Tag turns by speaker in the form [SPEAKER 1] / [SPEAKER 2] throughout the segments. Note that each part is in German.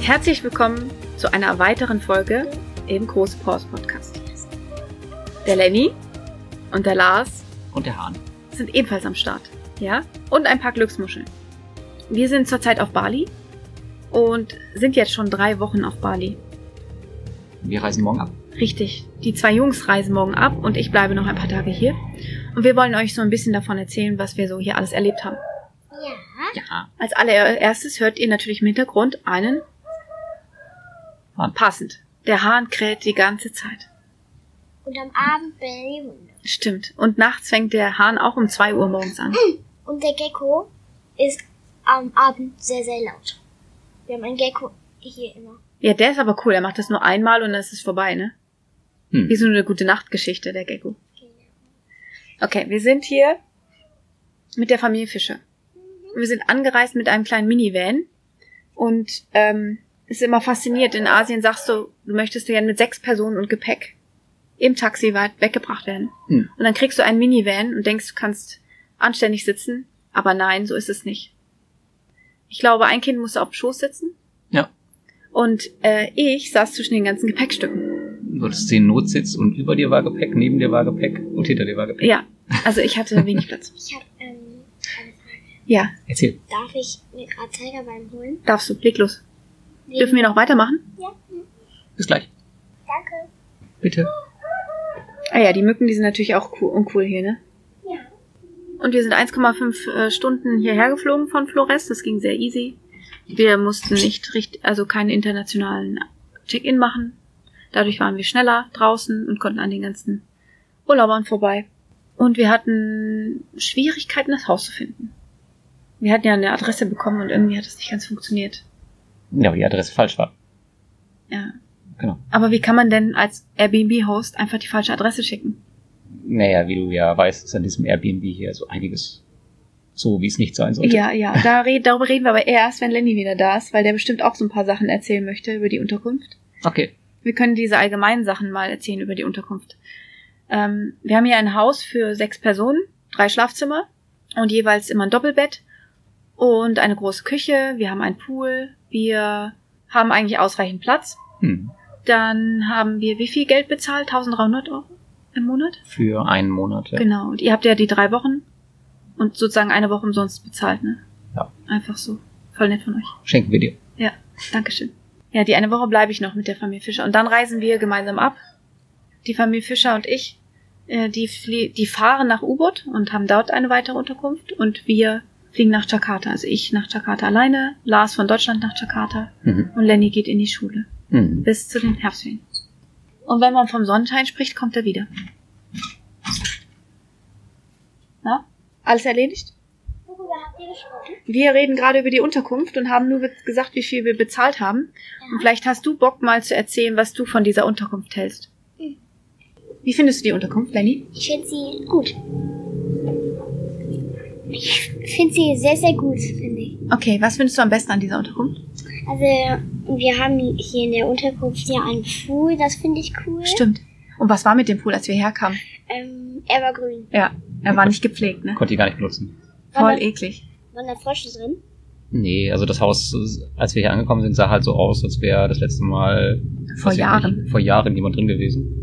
[SPEAKER 1] Herzlich willkommen zu einer weiteren Folge im Große Pause Podcast. Der Lenny und der Lars
[SPEAKER 2] und der Hahn.
[SPEAKER 1] sind ebenfalls am Start, ja? Und ein paar Glücksmuscheln. Wir sind zurzeit auf Bali und sind jetzt schon drei Wochen auf Bali.
[SPEAKER 2] Wir reisen morgen ab.
[SPEAKER 1] Richtig, die zwei Jungs reisen morgen ab und ich bleibe noch ein paar Tage hier. Und wir wollen euch so ein bisschen davon erzählen, was wir so hier alles erlebt haben.
[SPEAKER 3] Ja.
[SPEAKER 2] Ja.
[SPEAKER 1] Als allererstes hört ihr natürlich im Hintergrund einen
[SPEAKER 2] Hahn.
[SPEAKER 1] passend. Der Hahn kräht die ganze Zeit.
[SPEAKER 3] Und am Abend bellen die Hunde.
[SPEAKER 1] Stimmt. Und nachts fängt der Hahn auch um 2 Uhr morgens an.
[SPEAKER 3] Und der Gecko ist am Abend sehr, sehr laut. Wir haben einen Gecko hier immer.
[SPEAKER 1] Ja, der ist aber cool. Er macht das nur einmal und dann ist es vorbei, ne?
[SPEAKER 2] Hm.
[SPEAKER 1] Wie so eine gute Nachtgeschichte, der Gecko. Okay, wir sind hier mit der Familie Fischer. Und wir sind angereist mit einem kleinen Minivan. Und ähm, ist immer fasziniert. In Asien sagst du, du möchtest ja mit sechs Personen und Gepäck im Taxi weit weggebracht werden.
[SPEAKER 2] Hm.
[SPEAKER 1] Und dann kriegst du einen Minivan und denkst, du kannst anständig sitzen. Aber nein, so ist es nicht. Ich glaube, ein Kind musste auf dem Schoß sitzen.
[SPEAKER 2] Ja.
[SPEAKER 1] Und äh, ich saß zwischen den ganzen Gepäckstücken.
[SPEAKER 2] Du hattest den Notsitz und über dir war Gepäck, neben dir war Gepäck und hinter dir war Gepäck.
[SPEAKER 1] Ja, also ich hatte wenig Platz.
[SPEAKER 3] Ich habe ähm, eine Frage.
[SPEAKER 1] Ja,
[SPEAKER 2] Erzähl.
[SPEAKER 3] Darf ich mir gerade Tiger beim Holen?
[SPEAKER 1] darfst du, leg los. Dürfen wir noch weitermachen?
[SPEAKER 3] Ja, hm,
[SPEAKER 2] Bis gleich.
[SPEAKER 3] danke.
[SPEAKER 2] Bitte.
[SPEAKER 1] Ah ja, die Mücken, die sind natürlich auch cool, uncool hier, ne?
[SPEAKER 3] Ja.
[SPEAKER 1] Und wir sind 1,5 äh, Stunden hierher geflogen von Flores. Das ging sehr easy. Wir mussten nicht richtig, also keinen internationalen Check-in machen. Dadurch waren wir schneller draußen und konnten an den ganzen Urlaubern vorbei. Und wir hatten Schwierigkeiten, das Haus zu finden. Wir hatten ja eine Adresse bekommen und irgendwie hat es nicht ganz funktioniert.
[SPEAKER 2] Ja, weil die Adresse falsch war.
[SPEAKER 1] Ja.
[SPEAKER 2] Genau.
[SPEAKER 1] Aber wie kann man denn als Airbnb-Host einfach die falsche Adresse schicken?
[SPEAKER 2] Naja, wie du ja weißt, ist an diesem Airbnb hier so einiges so, wie es nicht sein sollte.
[SPEAKER 1] Ja, ja, da red, darüber reden wir aber erst, wenn Lenny wieder da ist, weil der bestimmt auch so ein paar Sachen erzählen möchte über die Unterkunft.
[SPEAKER 2] Okay.
[SPEAKER 1] Wir können diese allgemeinen Sachen mal erzählen über die Unterkunft. Ähm, wir haben hier ein Haus für sechs Personen, drei Schlafzimmer und jeweils immer ein Doppelbett und eine große Küche. Wir haben einen Pool. Wir haben eigentlich ausreichend Platz.
[SPEAKER 2] Hm.
[SPEAKER 1] Dann haben wir wie viel Geld bezahlt? 1300 Euro im Monat?
[SPEAKER 2] Für einen Monat. Ja.
[SPEAKER 1] Genau, und ihr habt ja die drei Wochen und sozusagen eine Woche umsonst bezahlt, ne?
[SPEAKER 2] Ja.
[SPEAKER 1] Einfach so. Voll nett von euch.
[SPEAKER 2] Schenken wir dir.
[SPEAKER 1] Dankeschön. Ja, die eine Woche bleibe ich noch mit der Familie Fischer und dann reisen wir gemeinsam ab. Die Familie Fischer und ich, äh, die, flie- die fahren nach U-Boot und haben dort eine weitere Unterkunft und wir fliegen nach Jakarta. Also ich nach Jakarta alleine, Lars von Deutschland nach Jakarta
[SPEAKER 2] Mhm.
[SPEAKER 1] und Lenny geht in die Schule.
[SPEAKER 2] Mhm.
[SPEAKER 1] Bis zu den Herbstferien. Und wenn man vom Sonnenschein spricht, kommt er wieder. Na? Alles erledigt?
[SPEAKER 3] Worüber habt ihr gesprochen?
[SPEAKER 1] Wir reden gerade über die Unterkunft und haben nur be- gesagt, wie viel wir bezahlt haben. Und vielleicht hast du Bock mal zu erzählen, was du von dieser Unterkunft hältst. Wie findest du die Unterkunft, Lenny?
[SPEAKER 3] Ich finde sie gut. Ich finde sie sehr, sehr gut, finde ich.
[SPEAKER 1] Okay, was findest du am besten an dieser Unterkunft?
[SPEAKER 3] Also, wir haben hier in der Unterkunft ja einen Pool, das finde ich cool.
[SPEAKER 1] Stimmt. Und was war mit dem Pool, als wir herkamen?
[SPEAKER 3] Ähm, er war grün.
[SPEAKER 1] Ja, er war nicht gepflegt, ne?
[SPEAKER 2] Konnte ich gar nicht benutzen.
[SPEAKER 1] Voll
[SPEAKER 3] Waren
[SPEAKER 1] eklig.
[SPEAKER 3] da- waren da Frösche drin?
[SPEAKER 2] Nee, also das Haus, als wir hier angekommen sind, sah halt so aus, als wäre das letzte Mal
[SPEAKER 1] Vor
[SPEAKER 2] weiß ich
[SPEAKER 1] Jahren.
[SPEAKER 2] Nicht, vor Jahren jemand drin gewesen.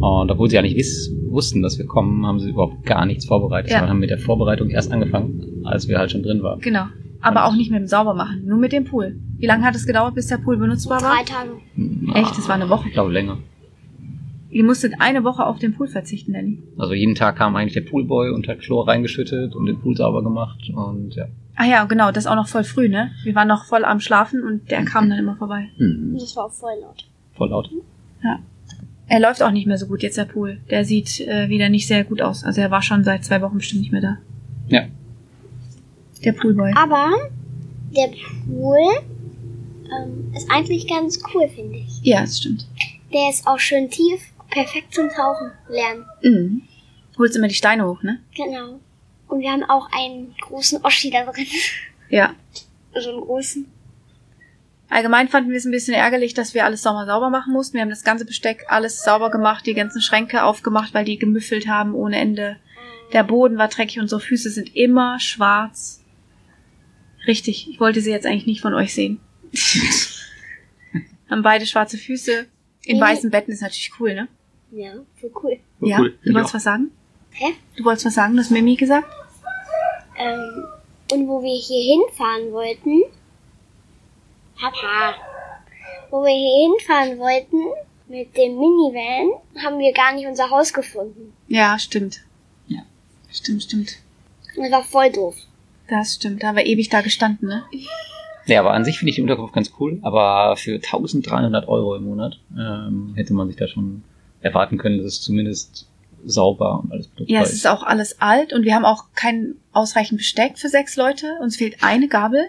[SPEAKER 2] Und obwohl sie ja nicht wiss, wussten, dass wir kommen, haben sie überhaupt gar nichts vorbereitet.
[SPEAKER 1] Ja.
[SPEAKER 2] Ja. haben mit der Vorbereitung erst angefangen, als wir halt schon drin waren.
[SPEAKER 1] Genau. Aber auch nicht mit dem Saubermachen, nur mit dem Pool. Wie lange hat es gedauert, bis der Pool benutzbar war?
[SPEAKER 3] Drei Tage.
[SPEAKER 1] Echt, das war eine Woche.
[SPEAKER 2] Ah, Ich glaube länger.
[SPEAKER 1] Ihr musstet eine Woche auf den Pool verzichten, Lenny.
[SPEAKER 2] Also jeden Tag kam eigentlich der Poolboy und hat Chlor reingeschüttet und den Pool sauber gemacht und ja.
[SPEAKER 1] Ah ja, genau, das auch noch voll früh, ne? Wir waren noch voll am Schlafen und der kam dann immer vorbei.
[SPEAKER 2] Hm,
[SPEAKER 3] Das war auch voll laut.
[SPEAKER 2] voll laut.
[SPEAKER 1] Er läuft auch nicht mehr so gut jetzt, der Pool. Der sieht äh, wieder nicht sehr gut aus. Also er war schon seit zwei Wochen bestimmt nicht mehr da.
[SPEAKER 2] Ja.
[SPEAKER 1] Der Poolboy.
[SPEAKER 3] Aber der Pool ähm, ist eigentlich ganz cool, finde ich.
[SPEAKER 1] Ja, das stimmt.
[SPEAKER 3] Der ist auch schön tief, perfekt zum Tauchen lernen.
[SPEAKER 1] Mhm. Holst immer die Steine hoch, ne?
[SPEAKER 3] Genau. Und wir haben auch einen großen Oschi da drin.
[SPEAKER 1] Ja.
[SPEAKER 3] So einen großen.
[SPEAKER 1] Allgemein fanden wir es ein bisschen ärgerlich, dass wir alles sauber sauber machen mussten. Wir haben das ganze Besteck alles sauber gemacht, die ganzen Schränke aufgemacht, weil die gemüffelt haben ohne Ende. Der Boden war dreckig, unsere Füße sind immer schwarz. Richtig, ich wollte sie jetzt eigentlich nicht von euch sehen. haben beide schwarze Füße. In
[SPEAKER 3] Nee.
[SPEAKER 1] weißen Betten ist natürlich cool, ne?
[SPEAKER 3] Ja, voll cool.
[SPEAKER 2] Voll
[SPEAKER 1] ja.
[SPEAKER 2] Oh, cool, finde
[SPEAKER 1] Du
[SPEAKER 2] ich
[SPEAKER 1] wolltest
[SPEAKER 2] auch.
[SPEAKER 1] was sagen?
[SPEAKER 3] Hä?
[SPEAKER 1] Du wolltest was sagen, du hast Mimi gesagt?
[SPEAKER 3] Ähm, und wo wir hier hinfahren wollten. Papa. Wo wir hier hinfahren wollten mit dem Minivan, haben wir gar nicht unser Haus gefunden.
[SPEAKER 1] Ja, stimmt.
[SPEAKER 2] Ja.
[SPEAKER 1] Stimmt, stimmt.
[SPEAKER 3] Das war voll doof.
[SPEAKER 1] Das stimmt. Da haben wir ewig da gestanden, ne?
[SPEAKER 2] Ja, aber an sich finde ich den Unterkunft ganz cool, aber für 1300 Euro im Monat ähm, hätte man sich da schon erwarten können, dass es zumindest sauber und alles
[SPEAKER 1] Ja,
[SPEAKER 2] produktbar
[SPEAKER 1] es ist auch alles alt und wir haben auch kein ausreichend Besteck für sechs Leute. Uns fehlt eine Gabel.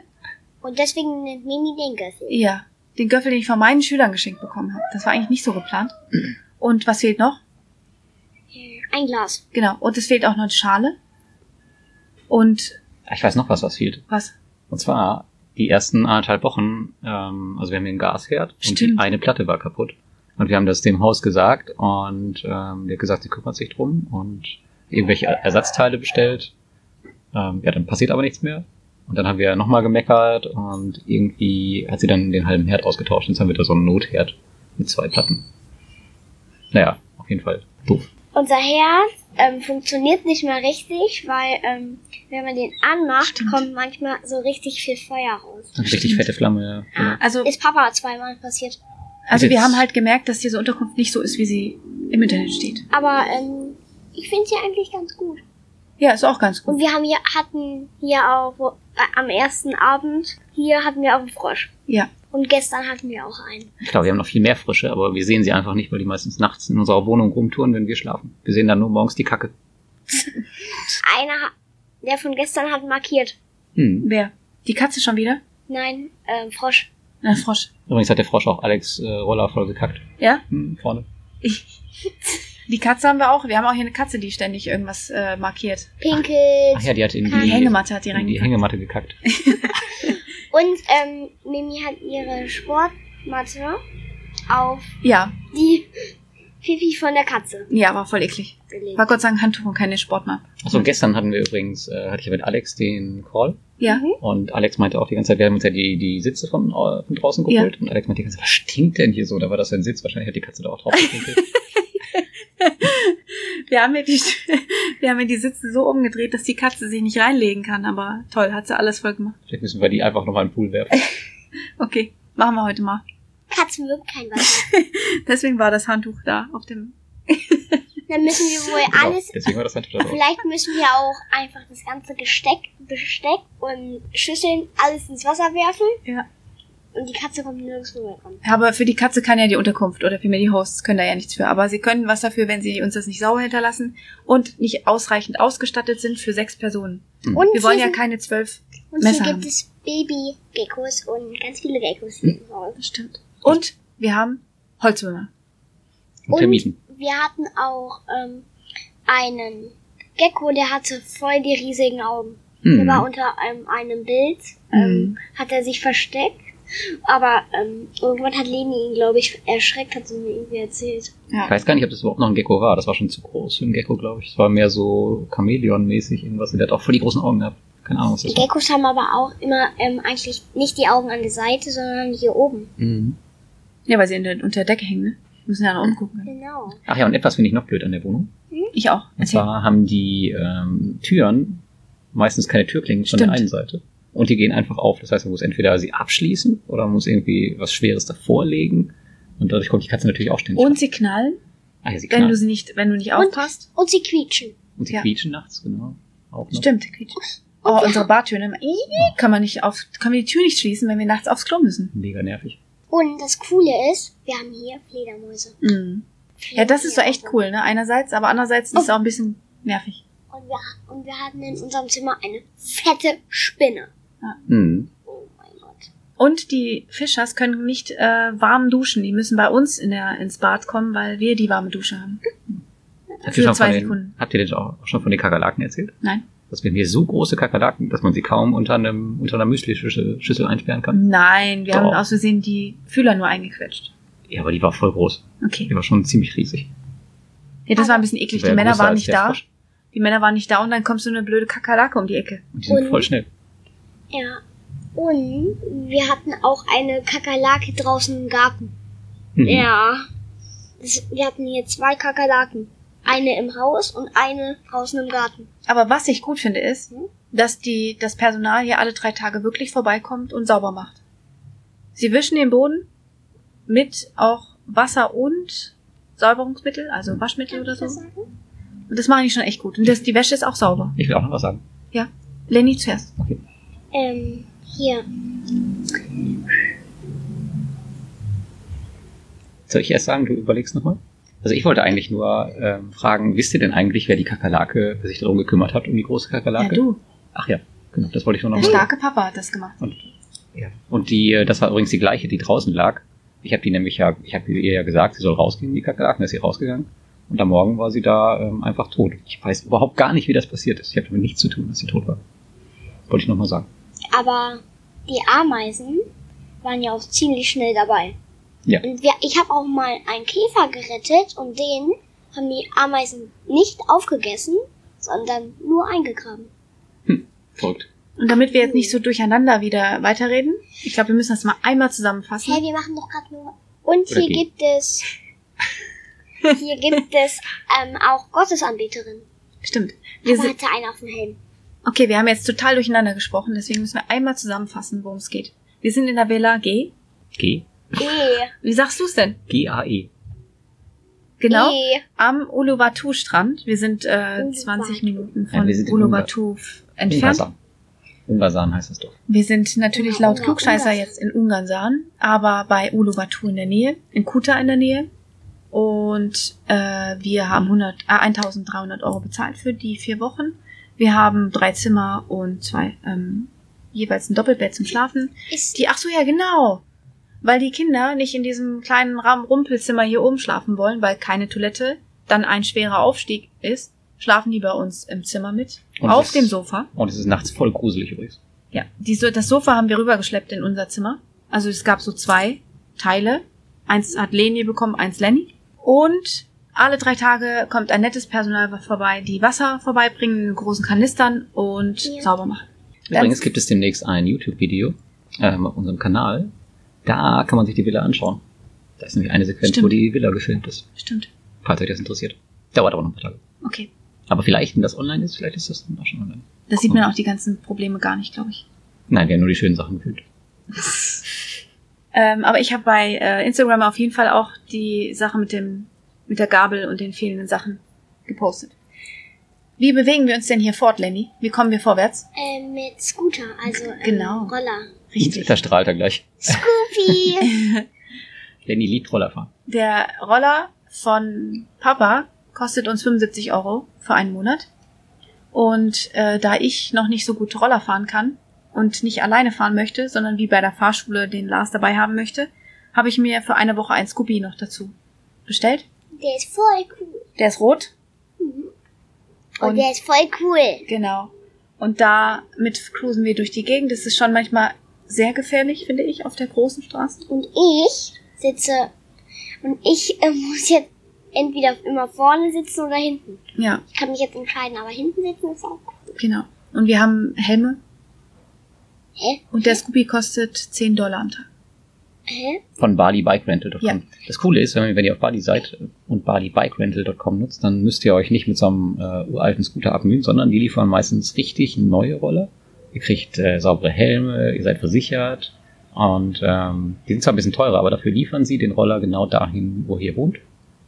[SPEAKER 3] Und deswegen nennt Mimi den Göffel.
[SPEAKER 1] Ja, den Göffel, den ich von meinen Schülern geschenkt bekommen habe. Das war eigentlich nicht so geplant. Und was fehlt noch?
[SPEAKER 3] Ein Glas.
[SPEAKER 1] Genau. Und es fehlt auch noch eine Schale. Und
[SPEAKER 2] Ah, Ich weiß noch was, was fehlt.
[SPEAKER 1] was?
[SPEAKER 2] Und zwar die ersten anderthalb Wochen, ähm, also wir haben den Gasherd und
[SPEAKER 1] Stimmt.
[SPEAKER 2] die eine Platte war kaputt. Und wir haben das dem Haus gesagt und ähm, der hat gesagt, sie kümmert sich drum und irgendwelche Er- Ersatzteile bestellt. Ähm, ja, dann passiert aber nichts mehr. Und dann haben wir nochmal gemeckert und irgendwie hat sie dann den halben Herd ausgetauscht. Jetzt haben wir da so einen Notherd mit zwei Platten. Naja, auf jeden Fall doof.
[SPEAKER 3] Unser Herd ähm, funktioniert nicht mehr richtig, weil ähm, wenn man den anmacht,
[SPEAKER 1] Stimmt.
[SPEAKER 3] kommt manchmal so richtig viel Feuer raus.
[SPEAKER 2] Richtig fette Flamme. Ja.
[SPEAKER 1] Also,
[SPEAKER 3] Ist Papa zweimal passiert.
[SPEAKER 1] also wir
[SPEAKER 2] jetzt-
[SPEAKER 1] haben halt gemerkt, dass diese Unterkunft nicht so ist, wie sie im Internet steht.
[SPEAKER 3] Aber ähm, ich finde sie eigentlich ganz gut.
[SPEAKER 1] Ja, ist auch ganz
[SPEAKER 3] Und
[SPEAKER 1] gut.
[SPEAKER 3] wir haben hier, hatten hier auch wo- äh, am ersten Abend, hier hatten wir auch einen Frosch.
[SPEAKER 1] Ja.
[SPEAKER 3] Und gestern hatten wir auch einen.
[SPEAKER 2] Ich glaube, wir haben noch viel mehr Frische, aber wir sehen sie einfach nicht, weil die meistens nachts in unserer Wohnung rumtouren, wenn wir schlafen. Wir sehen dann nur morgens die Kacke.
[SPEAKER 3] Einer, ha- der von gestern hat markiert.
[SPEAKER 2] Hm.
[SPEAKER 1] Wer? Die Katze schon wieder?
[SPEAKER 3] Nein, ähm, Frosch.
[SPEAKER 1] Na, Frosch.
[SPEAKER 2] Übrigens hat der Frosch auch Alex äh, Roller voll gekackt.
[SPEAKER 1] Ja?
[SPEAKER 2] Hm, vorne.
[SPEAKER 1] Die Katze haben wir auch. Wir haben auch hier eine Katze, die ständig irgendwas äh, markiert.
[SPEAKER 3] Pinkelt.
[SPEAKER 2] Ach ja, die hat in die,
[SPEAKER 1] Die Hängematte hat die
[SPEAKER 2] in die
[SPEAKER 1] reingepackt.
[SPEAKER 2] Hängematte gekackt.
[SPEAKER 3] Und ähm, Mimi hat ihre Sportmatte auf
[SPEAKER 1] Ja,
[SPEAKER 3] die Fifi von der Katze
[SPEAKER 1] ja, war voll eklig.
[SPEAKER 3] gelegt.
[SPEAKER 1] War Gott sei Dank Handtuch und keine Sportmappe.
[SPEAKER 2] Achso, gestern hatten wir übrigens, äh, hatte ich ja mit Alex den Call
[SPEAKER 1] Ja.
[SPEAKER 3] Mhm.
[SPEAKER 2] und Alex meinte auch die ganze Zeit, wir haben uns ja die, die Sitze von, äh, von draußen geholt und Alex meinte die ganze Zeit, was stinkt denn hier so? Da war das ein Sitz, wahrscheinlich hat die Katze da auch drauf gepinkelt.
[SPEAKER 1] Wir haben, hier die, wir haben hier die Sitze so umgedreht, dass die Katze sich nicht reinlegen kann. Aber toll, hat sie alles voll gemacht.
[SPEAKER 2] Vielleicht müssen wir die einfach nochmal in den Pool werfen.
[SPEAKER 1] Okay, machen wir heute mal.
[SPEAKER 3] Katzen mögen kein Wasser.
[SPEAKER 1] Deswegen war das Handtuch da auf dem...
[SPEAKER 3] Dann müssen wir wohl
[SPEAKER 2] Genau,
[SPEAKER 3] alles.
[SPEAKER 2] deswegen war das natürlich auch.
[SPEAKER 3] Vielleicht müssen wir auch einfach das ganze Gesteck, Besteck und Schüsseln alles ins Wasser werfen.
[SPEAKER 1] Ja.
[SPEAKER 3] Und die Katze kommt nirgendwo mehr ran.
[SPEAKER 1] Aber für die Katze kann ja die Unterkunft oder für mir die Hosts können da ja nichts für. Aber sie können was dafür, wenn sie uns das nicht sauer hinterlassen und nicht ausreichend ausgestattet sind für sechs Personen.
[SPEAKER 2] Hm.
[SPEAKER 3] Und
[SPEAKER 1] Wir wollen ja
[SPEAKER 3] hier sind-
[SPEAKER 1] keine zwölf.
[SPEAKER 3] Und
[SPEAKER 1] Messer
[SPEAKER 3] hier
[SPEAKER 1] haben. Hm.
[SPEAKER 3] gibt es Baby-Geckos und ganz viele Geckos. hier im Haus.
[SPEAKER 1] Stimmt. Und wir haben Holzwürmer.
[SPEAKER 2] Und Termiten.
[SPEAKER 3] wir hatten auch ähm, einen Gecko, der hatte voll die riesigen Augen. Der war
[SPEAKER 2] Hm.
[SPEAKER 3] unter einem, einem Bild, ähm,
[SPEAKER 1] Hm.
[SPEAKER 3] hat er sich versteckt. Aber ähm, irgendwann hat Leni ihn, glaube ich, erschreckt, hat sie mir irgendwie erzählt.
[SPEAKER 2] Ich weiß gar nicht, ob das überhaupt noch ein Gecko war. Das war schon zu groß für einen Gecko, glaube ich. Es war mehr so Chamäleon-mäßig irgendwas. Und der hat auch voll die großen Augen gehabt. Keine Ahnung, was
[SPEAKER 3] Die
[SPEAKER 2] das war.
[SPEAKER 3] Geckos haben aber auch immer ähm, eigentlich nicht die Augen an der Seite, sondern hier oben.
[SPEAKER 2] Mhm.
[SPEAKER 1] Ja, weil sie in der, unter der Decke hängen, ne? Müssen ja nach unten gucken.
[SPEAKER 3] Genau.
[SPEAKER 2] Ach ja, und etwas finde ich noch blöd an der Wohnung.
[SPEAKER 1] Ich auch.
[SPEAKER 2] Und
[SPEAKER 1] Erzähl.
[SPEAKER 2] zwar haben die ähm, Türen meistens keine Türklingen von
[SPEAKER 1] Stimmt.
[SPEAKER 2] der einen Seite. Und die gehen einfach auf. Das heißt, man muss entweder sie abschließen oder man muss irgendwie was Schweres davor legen. Und dadurch kommt die Katze natürlich auch ständig.
[SPEAKER 1] Und sie knallen,
[SPEAKER 2] Ach ja, sie
[SPEAKER 1] wenn du
[SPEAKER 2] knallen.
[SPEAKER 1] sie nicht, wenn du nicht
[SPEAKER 3] Und-
[SPEAKER 1] aufpasst.
[SPEAKER 3] Und sie quietschen.
[SPEAKER 2] Und sie
[SPEAKER 1] ja.
[SPEAKER 2] quietschen nachts, genau. Auch noch.
[SPEAKER 1] Stimmt, quietscht. Oh, unsere Bartöne. Ih, Kann man nicht auf, können wir die Tür nicht schließen, wenn wir nachts aufs Klo müssen.
[SPEAKER 2] Mega nervig.
[SPEAKER 3] Und das Coole ist, wir haben hier Fledermäuse.
[SPEAKER 1] Mhm. Ja, das ist so echt cool, ne? Einerseits, aber andererseits ist es auch ein bisschen nervig.
[SPEAKER 3] Und wir, und wir hatten in unserem Zimmer eine fette Spinne.
[SPEAKER 2] Mhm.
[SPEAKER 3] Oh mein Gott.
[SPEAKER 1] Und die Fischers können nicht äh, warm duschen. Die müssen bei uns in der, ins Bad kommen, weil wir die warme Dusche haben.
[SPEAKER 2] Habt,
[SPEAKER 1] Für
[SPEAKER 2] ihr schon
[SPEAKER 1] zwei
[SPEAKER 2] von den,
[SPEAKER 1] Sekunden.
[SPEAKER 2] habt ihr denn auch schon von den Kakerlaken erzählt?
[SPEAKER 1] Nein.
[SPEAKER 2] Das werden hier so große Kakerlaken, dass man sie kaum unter, einem, unter einer Müsli-Schüssel Schüssel einsperren
[SPEAKER 1] Mhm.
[SPEAKER 2] kann.
[SPEAKER 1] Nein, wir
[SPEAKER 2] Doch.
[SPEAKER 1] haben aus Versehen die Fühler nur eingequetscht.
[SPEAKER 2] Ja, aber die war voll groß. Die
[SPEAKER 1] Okay.
[SPEAKER 2] war schon ziemlich riesig.
[SPEAKER 1] Ja, das war ein bisschen eklig. Die
[SPEAKER 2] Wär
[SPEAKER 1] Männer
[SPEAKER 2] größer
[SPEAKER 1] waren
[SPEAKER 2] als
[SPEAKER 1] nicht
[SPEAKER 2] der
[SPEAKER 1] da.
[SPEAKER 2] Frosch.
[SPEAKER 1] Die Männer waren nicht da und dann kommt so eine blöde Kakerlake um die Ecke.
[SPEAKER 2] Und die sind
[SPEAKER 3] Und-
[SPEAKER 2] voll schnell.
[SPEAKER 3] Ja. Und wir hatten auch eine Kakerlake draußen im Garten.
[SPEAKER 2] Mhm.
[SPEAKER 3] Ja. Das, wir hatten hier zwei Kakerlaken. Eine im Haus und eine draußen im Garten.
[SPEAKER 1] Aber was ich gut finde ist,
[SPEAKER 3] Hm?
[SPEAKER 1] dass die, das Personal hier alle drei Tage wirklich vorbeikommt und sauber macht. Sie wischen den Boden mit auch Wasser und Säuberungsmittel,
[SPEAKER 3] Hm.
[SPEAKER 1] also Waschmittel oder so.
[SPEAKER 3] sagen?
[SPEAKER 1] Und das machen die schon echt gut. Und das, die Wäsche ist auch sauber.
[SPEAKER 2] Ich will auch noch was sagen.
[SPEAKER 1] Lenny zuerst.
[SPEAKER 3] Ähm, hier.
[SPEAKER 2] Soll ich erst sagen, du überlegst nochmal? Also ich wollte eigentlich nur ähm, fragen, wisst ihr denn eigentlich, wer die Kakerlake wer sich darum gekümmert hat, um die große
[SPEAKER 1] Ja,
[SPEAKER 2] Kakerlake?
[SPEAKER 1] du.
[SPEAKER 2] Ach ja, genau, das wollte ich nur
[SPEAKER 1] Der
[SPEAKER 2] nochmal sagen.
[SPEAKER 1] starke Papa hat das gemacht.
[SPEAKER 2] Ja. Und die, äh, das war übrigens die gleiche, die draußen lag. Ich habe die nämlich ja, ich habe ihr ja gesagt, sie soll rausgehen, die Kakerlaken, da ist sie rausgegangen. Und am Morgen war sie da ähm, einfach tot. Ich weiß überhaupt gar nicht, wie das passiert ist. Ich habe damit nichts zu tun, dass sie tot war. Wollte ich nochmal sagen.
[SPEAKER 3] Aber die Ameisen waren ja auch ziemlich schnell dabei.
[SPEAKER 2] Ja.
[SPEAKER 3] Und wir, ich habe auch mal einen Käfer gerettet und den haben die Ameisen nicht aufgegessen, sondern nur eingegraben.
[SPEAKER 2] Verrückt.
[SPEAKER 1] Und damit wir jetzt nicht so durcheinander wieder weiterreden, ich glaube, wir müssen das mal einmal
[SPEAKER 3] Hey,
[SPEAKER 1] zusammenfassen.
[SPEAKER 3] wir machen doch gerade nur. Und
[SPEAKER 2] Oder
[SPEAKER 3] hier
[SPEAKER 2] die.
[SPEAKER 3] gibt es. Hier gibt es ähm, auch Gottesanbeterin.
[SPEAKER 1] Stimmt. Wir
[SPEAKER 3] Aber
[SPEAKER 1] sind,
[SPEAKER 3] hatte einen auf dem Helm.
[SPEAKER 1] okay, wir haben jetzt total durcheinander gesprochen, deswegen müssen wir einmal zusammenfassen, worum es geht. Wir sind in der Villa G.
[SPEAKER 2] G. E.
[SPEAKER 3] E.
[SPEAKER 1] Wie sagst du es denn?
[SPEAKER 2] G-A-E.
[SPEAKER 1] Genau.
[SPEAKER 3] E.
[SPEAKER 1] Am Uluwatu-Strand. Wir sind äh,
[SPEAKER 3] Uluwatu.
[SPEAKER 1] 20 Minuten
[SPEAKER 2] Ja,
[SPEAKER 1] von
[SPEAKER 2] wir sind in
[SPEAKER 1] Uluwatu f- entfernt.
[SPEAKER 2] Ungasan. Ungasan heißt das doch.
[SPEAKER 1] Wir sind natürlich
[SPEAKER 3] Ungarn,
[SPEAKER 1] laut
[SPEAKER 3] Ungarn,
[SPEAKER 1] Klugscheißer
[SPEAKER 3] Ungarn.
[SPEAKER 1] jetzt in Ungarn, aber bei Uluwatu in der Nähe, in Kuta in der Nähe. Und äh, wir haben 100, äh, 1300 Euro bezahlt für die vier Wochen. Wir haben drei Zimmer und zwei ähm, jeweils ein Doppelbett zum Schlafen.
[SPEAKER 3] Ist
[SPEAKER 1] Die, ach so, ja, genau. Weil die Kinder nicht in diesem kleinen Raum Rumpelzimmer hier oben schlafen wollen, weil keine Toilette, dann ein schwerer Aufstieg ist, schlafen die bei uns im Zimmer mit.
[SPEAKER 2] Und
[SPEAKER 1] auf
[SPEAKER 2] das-
[SPEAKER 1] dem Sofa.
[SPEAKER 2] Und es ist nachts voll gruselig übrigens.
[SPEAKER 1] Ja. Die, so- das Sofa haben wir rübergeschleppt in unser Zimmer. Also es gab so zwei Teile. Eins hat Leni bekommen, eins Lenny. Und alle drei Tage kommt ein nettes Personal vorbei, die Wasser vorbeibringen in großen Kanistern und
[SPEAKER 3] Ja.
[SPEAKER 1] sauber machen. Dann-
[SPEAKER 2] Übrigens gibt es demnächst ein YouTube-Video ähm, auf unserem Kanal. Da kann man sich die Villa anschauen. Da ist nämlich eine Sequenz,
[SPEAKER 1] Stimmt.
[SPEAKER 2] wo die Villa gefilmt ist.
[SPEAKER 1] Stimmt.
[SPEAKER 2] Falls euch das interessiert. Dauert aber noch ein paar Tage.
[SPEAKER 1] Okay.
[SPEAKER 2] Aber vielleicht, wenn das online ist, vielleicht ist das dann auch schon online.
[SPEAKER 1] Da sieht man auch die ganzen Probleme gar nicht, glaube ich.
[SPEAKER 2] Nein, wir haben nur die schönen Sachen gefilmt.
[SPEAKER 1] Ähm, aber ich habe bei äh, Instagram auf jeden Fall auch die Sache mit dem mit der Gabel und den fehlenden Sachen gepostet. Wie bewegen wir uns denn hier fort, Lenny? Wie kommen wir vorwärts?
[SPEAKER 3] äh, mit Scooter, also ähm,
[SPEAKER 1] Genau.
[SPEAKER 3] Roller.
[SPEAKER 2] Da strahlt er gleich.
[SPEAKER 3] Goofy.
[SPEAKER 2] Lenny liebt Rollerfahren.
[SPEAKER 1] Der Roller von Papa kostet uns 75 Euro für einen Monat. Und äh, da ich noch nicht so gut Roller fahren kann und nicht alleine fahren möchte, sondern wie bei der Fahrschule den Lars dabei haben möchte, habe ich mir für eine Woche ein Scooby noch dazu bestellt.
[SPEAKER 3] der ist voll cool.
[SPEAKER 1] Der ist rot
[SPEAKER 3] Und,
[SPEAKER 1] Und-
[SPEAKER 3] der ist voll cool.
[SPEAKER 1] Genau. Und damit cruisen wir durch die Gegend. Das ist schon manchmal sehr gefährlich, finde ich, auf der großen Straße.
[SPEAKER 3] Und ich sitze und ich äh, muss jetzt entweder immer vorne sitzen oder hinten.
[SPEAKER 1] Ja,
[SPEAKER 3] Ich kann mich jetzt entscheiden, aber hinten sitzen ist auch cool.
[SPEAKER 1] genau. Und wir haben Helme.
[SPEAKER 3] Hä?
[SPEAKER 1] Und der Scooby kostet 10 Dollar am Tag.
[SPEAKER 3] Hä?
[SPEAKER 2] Von balibikerental.com.
[SPEAKER 1] Ja.
[SPEAKER 2] Das Coole ist, wenn ihr, wenn ihr auf Bali seid und balibikerental.com nutzt, dann müsst ihr euch nicht mit so einem äh, uralten Scooter abmühen, sondern die liefern meistens richtig neue Roller. Ihr kriegt äh, saubere Helme, ihr seid versichert und ähm, die sind zwar ein bisschen teurer, aber dafür liefern sie den Roller genau dahin, wo ihr wohnt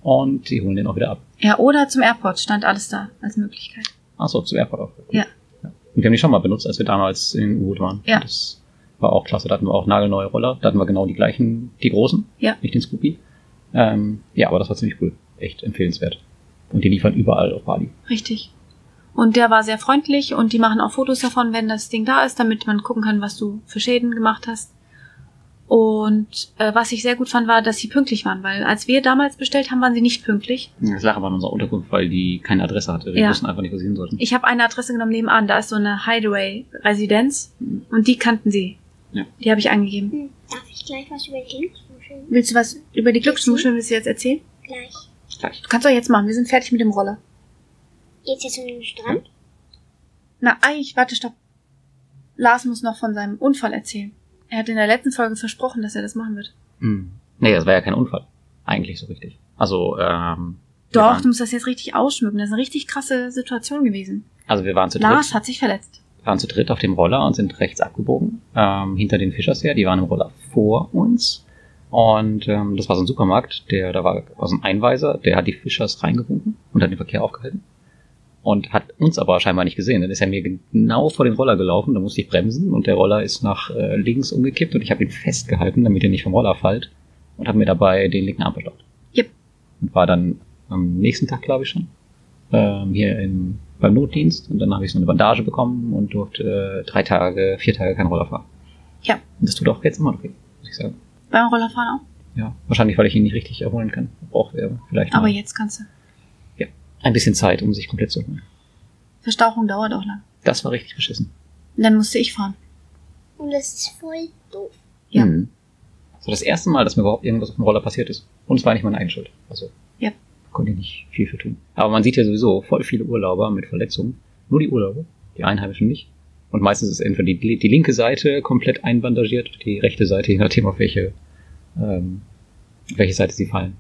[SPEAKER 2] und die holen den auch wieder ab.
[SPEAKER 1] Ja, oder zum Airport stand alles da als Möglichkeit.
[SPEAKER 2] Achso, zum Airport auch.
[SPEAKER 1] Ja.
[SPEAKER 2] Und wir haben die schon mal benutzt, als wir damals in den U-Boot waren.
[SPEAKER 1] Ja.
[SPEAKER 2] Das war auch klasse. Da hatten wir auch nagelneue Roller. Da hatten wir genau die gleichen, die großen.
[SPEAKER 1] Ja.
[SPEAKER 2] Nicht den Scoopy. Ähm, ja, aber das war ziemlich cool. echt empfehlenswert. Und die liefern überall auf Bali.
[SPEAKER 1] Richtig. Und der war sehr freundlich und die machen auch Fotos davon, wenn das Ding da ist, damit man gucken kann, was du für Schäden gemacht hast. Und äh, was ich sehr gut fand, war, dass sie pünktlich waren, weil als wir damals bestellt haben, waren sie nicht pünktlich.
[SPEAKER 2] Das lag aber an unserer Unterkunft, weil die keine Adresse hatte. Wir
[SPEAKER 1] Ja.
[SPEAKER 2] wussten einfach nicht, wo sie hin sollten.
[SPEAKER 1] Ich habe eine Adresse genommen nebenan, da ist so eine Hideaway-Residenz und die kannten sie.
[SPEAKER 2] Ja.
[SPEAKER 1] Die habe ich angegeben.
[SPEAKER 3] Hm, darf ich gleich was über die Glücksmuscheln?
[SPEAKER 1] Willst du was über die Glücksmuscheln willst du jetzt erzählen?
[SPEAKER 3] Gleich.
[SPEAKER 2] Gleich.
[SPEAKER 1] Du kannst doch jetzt machen, wir sind fertig mit dem Roller.
[SPEAKER 3] Geht's jetzt um den Strand?
[SPEAKER 1] Na, eigentlich, warte, stopp. Lars muss noch von seinem Unfall erzählen. Er hat in der letzten Folge versprochen, dass er das machen wird.
[SPEAKER 2] Hm. Nee, das war ja kein Unfall. Eigentlich so richtig. Also, ähm. wir
[SPEAKER 1] Doch, du
[SPEAKER 2] Waren,
[SPEAKER 1] musst das jetzt richtig ausschmücken. Das ist eine richtig krasse Situation gewesen.
[SPEAKER 2] also wir waren zu dritt.
[SPEAKER 1] Lars hat sich verletzt.
[SPEAKER 2] waren zu dritt auf dem Roller und sind rechts abgebogen, ähm, hinter den Fischers her. Die waren im Roller vor uns. Und ähm, das war so ein Supermarkt, der da war, war so ein Einweiser, der hat die Fischers reingewunken und hat den Verkehr aufgehalten. Und hat uns aber scheinbar nicht gesehen. Dann ist er mir genau vor den Roller gelaufen, da musste ich bremsen und der Roller ist nach äh, links umgekippt und ich habe ihn festgehalten, damit er nicht vom Roller fällt und habe mir dabei den linken Arm verstaucht.
[SPEAKER 1] Yep.
[SPEAKER 2] Und war dann am nächsten Tag, glaube ich schon, ähm, hier im, beim Notdienst und dann habe ich so eine Bandage bekommen und durfte äh, drei Tage, vier Tage kein Roller fahren.
[SPEAKER 1] Ja.
[SPEAKER 2] Und das tut auch jetzt immer noch weh, muss ich sagen.
[SPEAKER 1] Beim Rollerfahren auch.
[SPEAKER 2] Ja, wahrscheinlich, weil ich ihn nicht richtig erholen kann. Braucht er vielleicht
[SPEAKER 1] Aber
[SPEAKER 2] mal
[SPEAKER 1] jetzt kannst du.
[SPEAKER 2] ein bisschen Zeit, um sich komplett zu erholen.
[SPEAKER 1] Verstauchung dauert auch lang.
[SPEAKER 2] Das war richtig beschissen.
[SPEAKER 1] Und dann musste ich fahren.
[SPEAKER 3] Und das ist voll doof.
[SPEAKER 1] Ja.
[SPEAKER 2] Mhm. So das erste Mal, dass mir überhaupt irgendwas auf dem Roller passiert ist. Und es war nicht meine eigene Schuld. Also
[SPEAKER 1] Ja.
[SPEAKER 2] konnte ich nicht viel für tun. Aber man sieht ja sowieso voll viele Urlauber mit Verletzungen. Nur die Urlauber, die Einheimischen nicht. Und meistens ist entweder die, die linke Seite komplett einbandagiert, die rechte Seite, je nachdem auf welche, ähm, auf welche Seite sie fallen.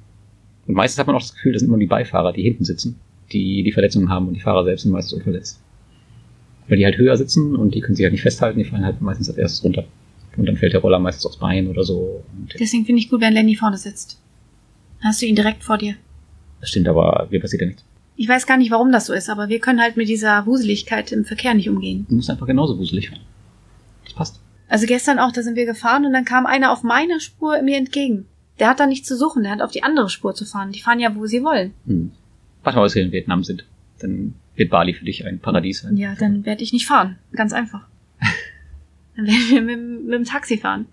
[SPEAKER 2] Und meistens hat man auch das Gefühl, das sind immer die Beifahrer, die hinten sitzen, die die Verletzungen haben und die Fahrer selbst sind meistens unverletzt. Weil die halt höher sitzen und die können sich halt nicht festhalten, die fallen halt meistens als erstes runter. Und dann fällt der Roller meistens aufs Bein oder so. Und
[SPEAKER 1] Deswegen finde ich gut, wenn Lenny vorne sitzt. Dann hast du ihn direkt vor dir.
[SPEAKER 2] das stimmt, aber mir passiert ja nichts.
[SPEAKER 1] Ich weiß gar nicht, warum das so ist, aber wir können halt mit dieser Wuseligkeit im Verkehr nicht umgehen.
[SPEAKER 2] Du musst einfach genauso wuselig werden. Das passt.
[SPEAKER 1] Also gestern auch, da sind wir gefahren und dann kam einer auf meiner Spur mir entgegen. Der hat da nichts zu suchen, der hat auf die andere Spur zu fahren. Die fahren ja, wo sie wollen.
[SPEAKER 2] Hm. Warte mal, bis wir in Vietnam sind. Dann wird Bali für dich ein Paradies sein.
[SPEAKER 1] Ja, dann werde ich nicht fahren. Ganz einfach. Dann werden wir mit, dem- mit dem Taxi fahren.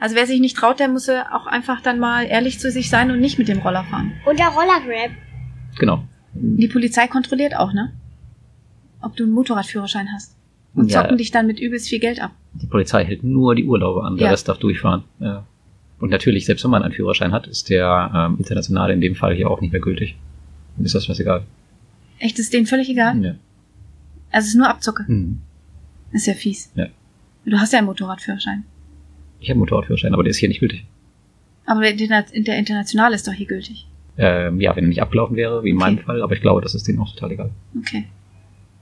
[SPEAKER 1] Also wer sich nicht traut, der muss ja auch einfach dann mal ehrlich zu sich sein und nicht mit dem Roller fahren.
[SPEAKER 3] Und der Rollergrab.
[SPEAKER 2] Genau.
[SPEAKER 1] Die Polizei kontrolliert auch, ne? Ob du einen Motorradführerschein hast. Und
[SPEAKER 2] Ja.
[SPEAKER 1] zocken dich dann mit übelst viel Geld ab.
[SPEAKER 2] Die Polizei hält nur die Urlauber an, der
[SPEAKER 1] Ja.
[SPEAKER 2] Rest darf durchfahren. Ja. Und natürlich, selbst wenn man einen Führerschein hat, ist der ähm, internationale in dem Fall hier auch nicht mehr gültig. Dann ist das was egal.
[SPEAKER 1] Echt, ist denen völlig egal?
[SPEAKER 2] Ja.
[SPEAKER 1] Also es ist nur Abzocke.
[SPEAKER 2] Hm.
[SPEAKER 1] Ist ja fies.
[SPEAKER 2] Ja.
[SPEAKER 1] Du hast ja einen Motorradführerschein.
[SPEAKER 2] Ich habe einen Motorradführerschein, aber der ist hier nicht gültig.
[SPEAKER 1] Aber der, Interna- der Internationale ist doch hier gültig.
[SPEAKER 2] Ähm, ja, wenn er nicht abgelaufen wäre, wie in
[SPEAKER 1] Okay.
[SPEAKER 2] meinem Fall, aber ich glaube, das ist denen auch total egal.
[SPEAKER 1] Okay.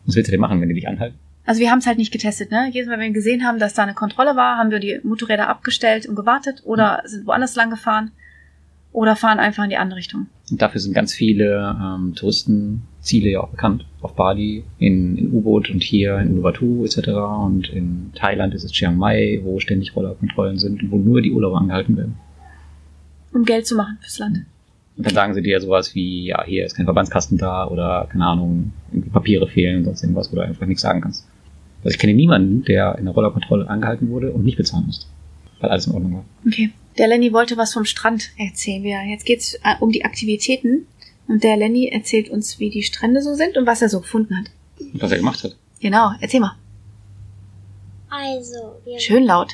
[SPEAKER 2] Was willst du denn machen, wenn die dich anhalten?
[SPEAKER 1] Also wir haben es halt nicht getestet, ne? Jedes Mal, wenn wir gesehen haben, dass da eine Kontrolle war, haben wir die Motorräder abgestellt und gewartet oder sind woanders lang gefahren oder fahren einfach in die andere Richtung.
[SPEAKER 2] Und dafür sind ganz viele ähm, Touristenziele ja auch bekannt. Auf Bali, in, in U-Boot und hier in Uluwatu etc. Und in Thailand ist es Chiang Mai, wo ständig Rollerkontrollen sind und wo nur die Urlauber angehalten werden.
[SPEAKER 1] Um Geld zu machen fürs Land.
[SPEAKER 2] Und dann sagen sie dir sowas wie, ja, hier ist kein Verbandskasten da oder, keine Ahnung, irgendwie Papiere fehlen und sonst irgendwas, wo du einfach nichts sagen kannst. Also ich kenne niemanden, der in der Rollerkontrolle angehalten wurde und nicht bezahlen musste, weil alles in Ordnung war.
[SPEAKER 1] Okay. Der Lenny wollte was vom Strand erzählen. Wir, jetzt geht's äh, um die Aktivitäten und der Lenny erzählt uns, wie die Strände so sind und was er so gefunden hat.
[SPEAKER 2] Und was er gemacht hat.
[SPEAKER 1] Genau, erzähl mal.
[SPEAKER 3] Also, wir.
[SPEAKER 1] Schön laut.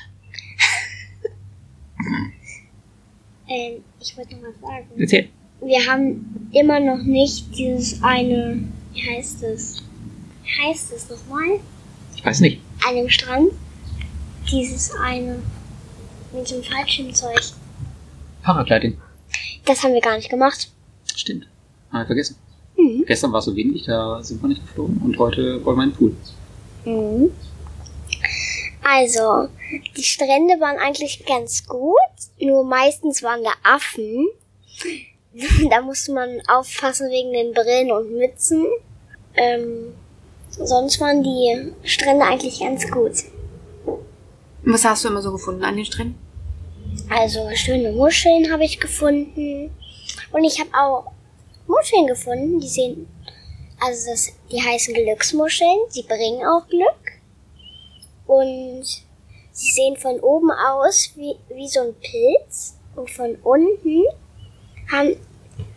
[SPEAKER 3] Ähm, ich wollte noch was
[SPEAKER 1] Hm.
[SPEAKER 3] sagen.
[SPEAKER 2] Erzähl.
[SPEAKER 3] Wir haben immer noch nicht dieses eine. Wie heißt es? Wie heißt es nochmal?
[SPEAKER 2] Ich weiß nicht.
[SPEAKER 3] An dem Strand. Dieses eine. Mit dem Fallschirmzeug.
[SPEAKER 2] Paragliding.
[SPEAKER 3] Das haben wir gar nicht gemacht.
[SPEAKER 2] Stimmt. Haben wir vergessen.
[SPEAKER 3] Mhm.
[SPEAKER 2] Gestern war es so windig, da sind wir nicht geflogen und heute wollen wir in den Pool.
[SPEAKER 3] Mhm. Also, die Strände waren eigentlich ganz gut, nur meistens waren da Affen. da musste man aufpassen wegen den Brillen und Mützen. Ähm, sonst waren die Strände eigentlich ganz gut.
[SPEAKER 1] Und Was hast du immer so gefunden an den Stränden?
[SPEAKER 3] Also schöne Muscheln habe ich gefunden. Und ich habe auch Muscheln gefunden. Die sehen, also das, die heißen Glücksmuscheln. Sie bringen auch Glück. Und sie sehen von oben aus wie, wie so ein Pilz. Und von unten haben,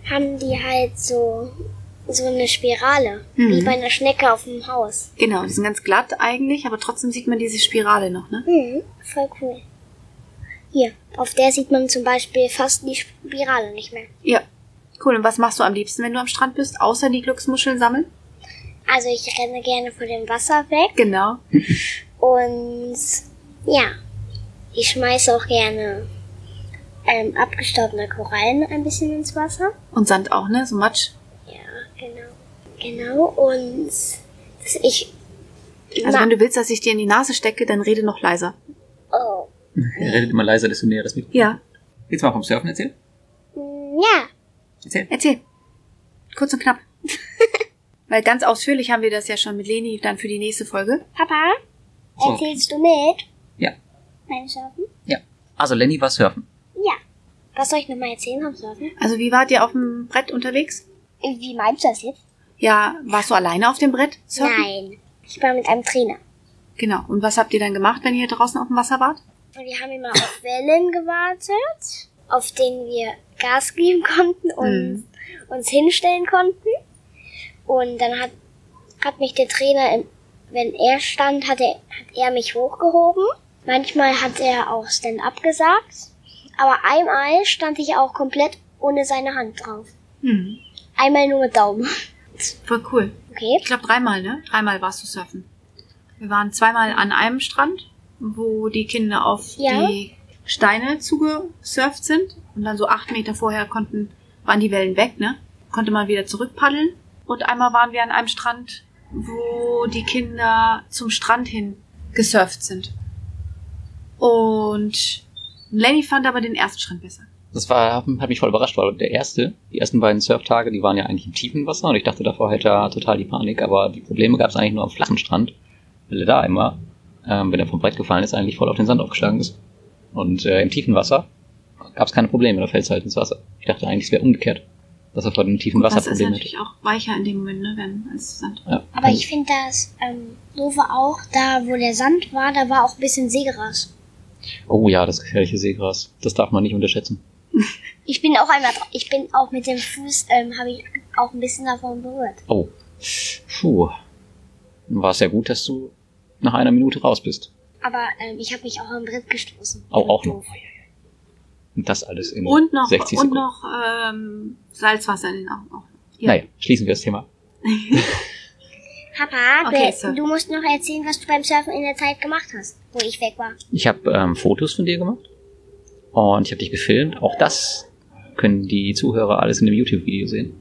[SPEAKER 3] haben die halt so, so eine Spirale.
[SPEAKER 1] Mhm.
[SPEAKER 3] Wie bei einer Schnecke auf dem Haus.
[SPEAKER 1] Genau, die sind ganz glatt eigentlich, aber trotzdem sieht man diese Spirale noch, ne?
[SPEAKER 3] Mhm, voll cool. Hier, auf der sieht man zum Beispiel fast die Spirale nicht mehr.
[SPEAKER 1] Ja. Cool, und was machst du am liebsten, wenn du am Strand bist, außer die Glücksmuscheln sammeln?
[SPEAKER 3] Also ich renne gerne vor dem Wasser weg
[SPEAKER 1] Genau.
[SPEAKER 3] und ja, ich schmeiße auch gerne ähm, abgestorbene Korallen ein bisschen ins Wasser.
[SPEAKER 1] Und Sand auch, ne? So Matsch.
[SPEAKER 3] Ja, genau. Genau und dass ich...
[SPEAKER 1] Also wenn du willst, dass ich dir in die Nase stecke, dann rede noch leiser.
[SPEAKER 3] Oh,
[SPEAKER 2] Er redet immer leiser, desto näher das Mikro.
[SPEAKER 1] Ja,
[SPEAKER 2] Jetzt mal vom Surfen erzählen.
[SPEAKER 3] mm, ja,
[SPEAKER 2] Erzähl.
[SPEAKER 1] erzähl. Kurz und knapp. Weil ganz ausführlich haben wir das ja schon mit Leni dann für die nächste Folge.
[SPEAKER 3] Papa,
[SPEAKER 2] So.
[SPEAKER 3] erzählst du mit?
[SPEAKER 2] Ja.
[SPEAKER 3] Beim Surfen?
[SPEAKER 2] Ja. Also Lenny war surfen.
[SPEAKER 3] Ja. Was soll ich nochmal erzählen am Surfen?
[SPEAKER 1] Also wie wart ihr auf dem Brett unterwegs?
[SPEAKER 3] Wie meinst du das jetzt?
[SPEAKER 1] Ja, warst du alleine auf dem Brett? surfen?
[SPEAKER 3] Nein, ich war mit einem Trainer.
[SPEAKER 1] Genau. Und was habt ihr dann gemacht, wenn ihr draußen auf dem Wasser wart?
[SPEAKER 3] Und wir haben immer auf Wellen gewartet, auf denen wir Gas geben konnten und
[SPEAKER 1] Mhm.
[SPEAKER 3] uns hinstellen konnten. Und dann hat, hat mich der Trainer, im, wenn er stand, hat er, hat er mich hochgehoben. Manchmal hat er auch Stand-up gesagt. Aber einmal stand ich auch komplett ohne seine Hand drauf.
[SPEAKER 1] Hm.
[SPEAKER 3] Einmal nur mit Daumen.
[SPEAKER 1] Voll cool.
[SPEAKER 3] Okay.
[SPEAKER 1] Ich glaube dreimal, ne? Dreimal warst du surfen. Wir waren zweimal an einem Strand, wo die Kinder auf
[SPEAKER 3] Ja.
[SPEAKER 1] die Steine zugesurft sind und dann so acht Meter vorher konnten, waren die Wellen weg, ne? Konnte man wieder zurückpaddeln. Und einmal waren wir an einem Strand, wo die Kinder zum Strand hin gesurft sind. Und Lenny fand aber den ersten Strand besser.
[SPEAKER 2] Das war, hat mich voll überrascht, weil der erste, die ersten beiden Surftage, die waren ja eigentlich im tiefen Wasser und ich dachte, davor hätte er total die Panik, aber die Probleme gab es eigentlich nur am flachen Strand, weil er da immer, ähm, wenn er vom Brett gefallen ist, eigentlich voll auf den Sand aufgeschlagen ist. Und äh, im tiefen Wasser gab es keine Probleme, da fällt es halt ins Wasser. Ich dachte eigentlich, es wäre umgekehrt, dass er vor dem tiefen Wasser
[SPEAKER 1] Das ist
[SPEAKER 2] Probleme hätte.
[SPEAKER 1] natürlich auch weicher in dem Moment, ne, wenn als Sand.
[SPEAKER 2] Ja.
[SPEAKER 3] Aber ich finde das ähm, doof auch, da wo der Sand war, da war auch ein bisschen Seegras.
[SPEAKER 2] oh ja, das gefährliche Seegras, das darf man nicht unterschätzen.
[SPEAKER 3] Ich bin auch einmal, dra- ich bin auch mit dem Fuß, ähm, habe ich auch ein bisschen davon berührt.
[SPEAKER 2] Oh, puh. War es ja gut, dass du nach einer Minute raus bist.
[SPEAKER 3] Aber ähm, ich habe mich auch am Brett gestoßen.
[SPEAKER 2] Auch- auch
[SPEAKER 3] Doof.
[SPEAKER 2] Und das alles in
[SPEAKER 1] Und noch,
[SPEAKER 2] 60
[SPEAKER 1] und
[SPEAKER 2] Sekunden.
[SPEAKER 1] noch ähm, Salzwasser in den Augen. Auch.
[SPEAKER 2] Naja, schließen wir das Thema.
[SPEAKER 3] Papa,
[SPEAKER 1] Okay,
[SPEAKER 3] wer-
[SPEAKER 1] Sir.
[SPEAKER 3] du musst noch erzählen, was du beim Surfen in der Zeit gemacht hast, wo ich weg war.
[SPEAKER 2] Ich habe ähm, Fotos von dir gemacht und ich habe dich gefilmt. Auch das können die Zuhörer alles in dem YouTube-Video sehen.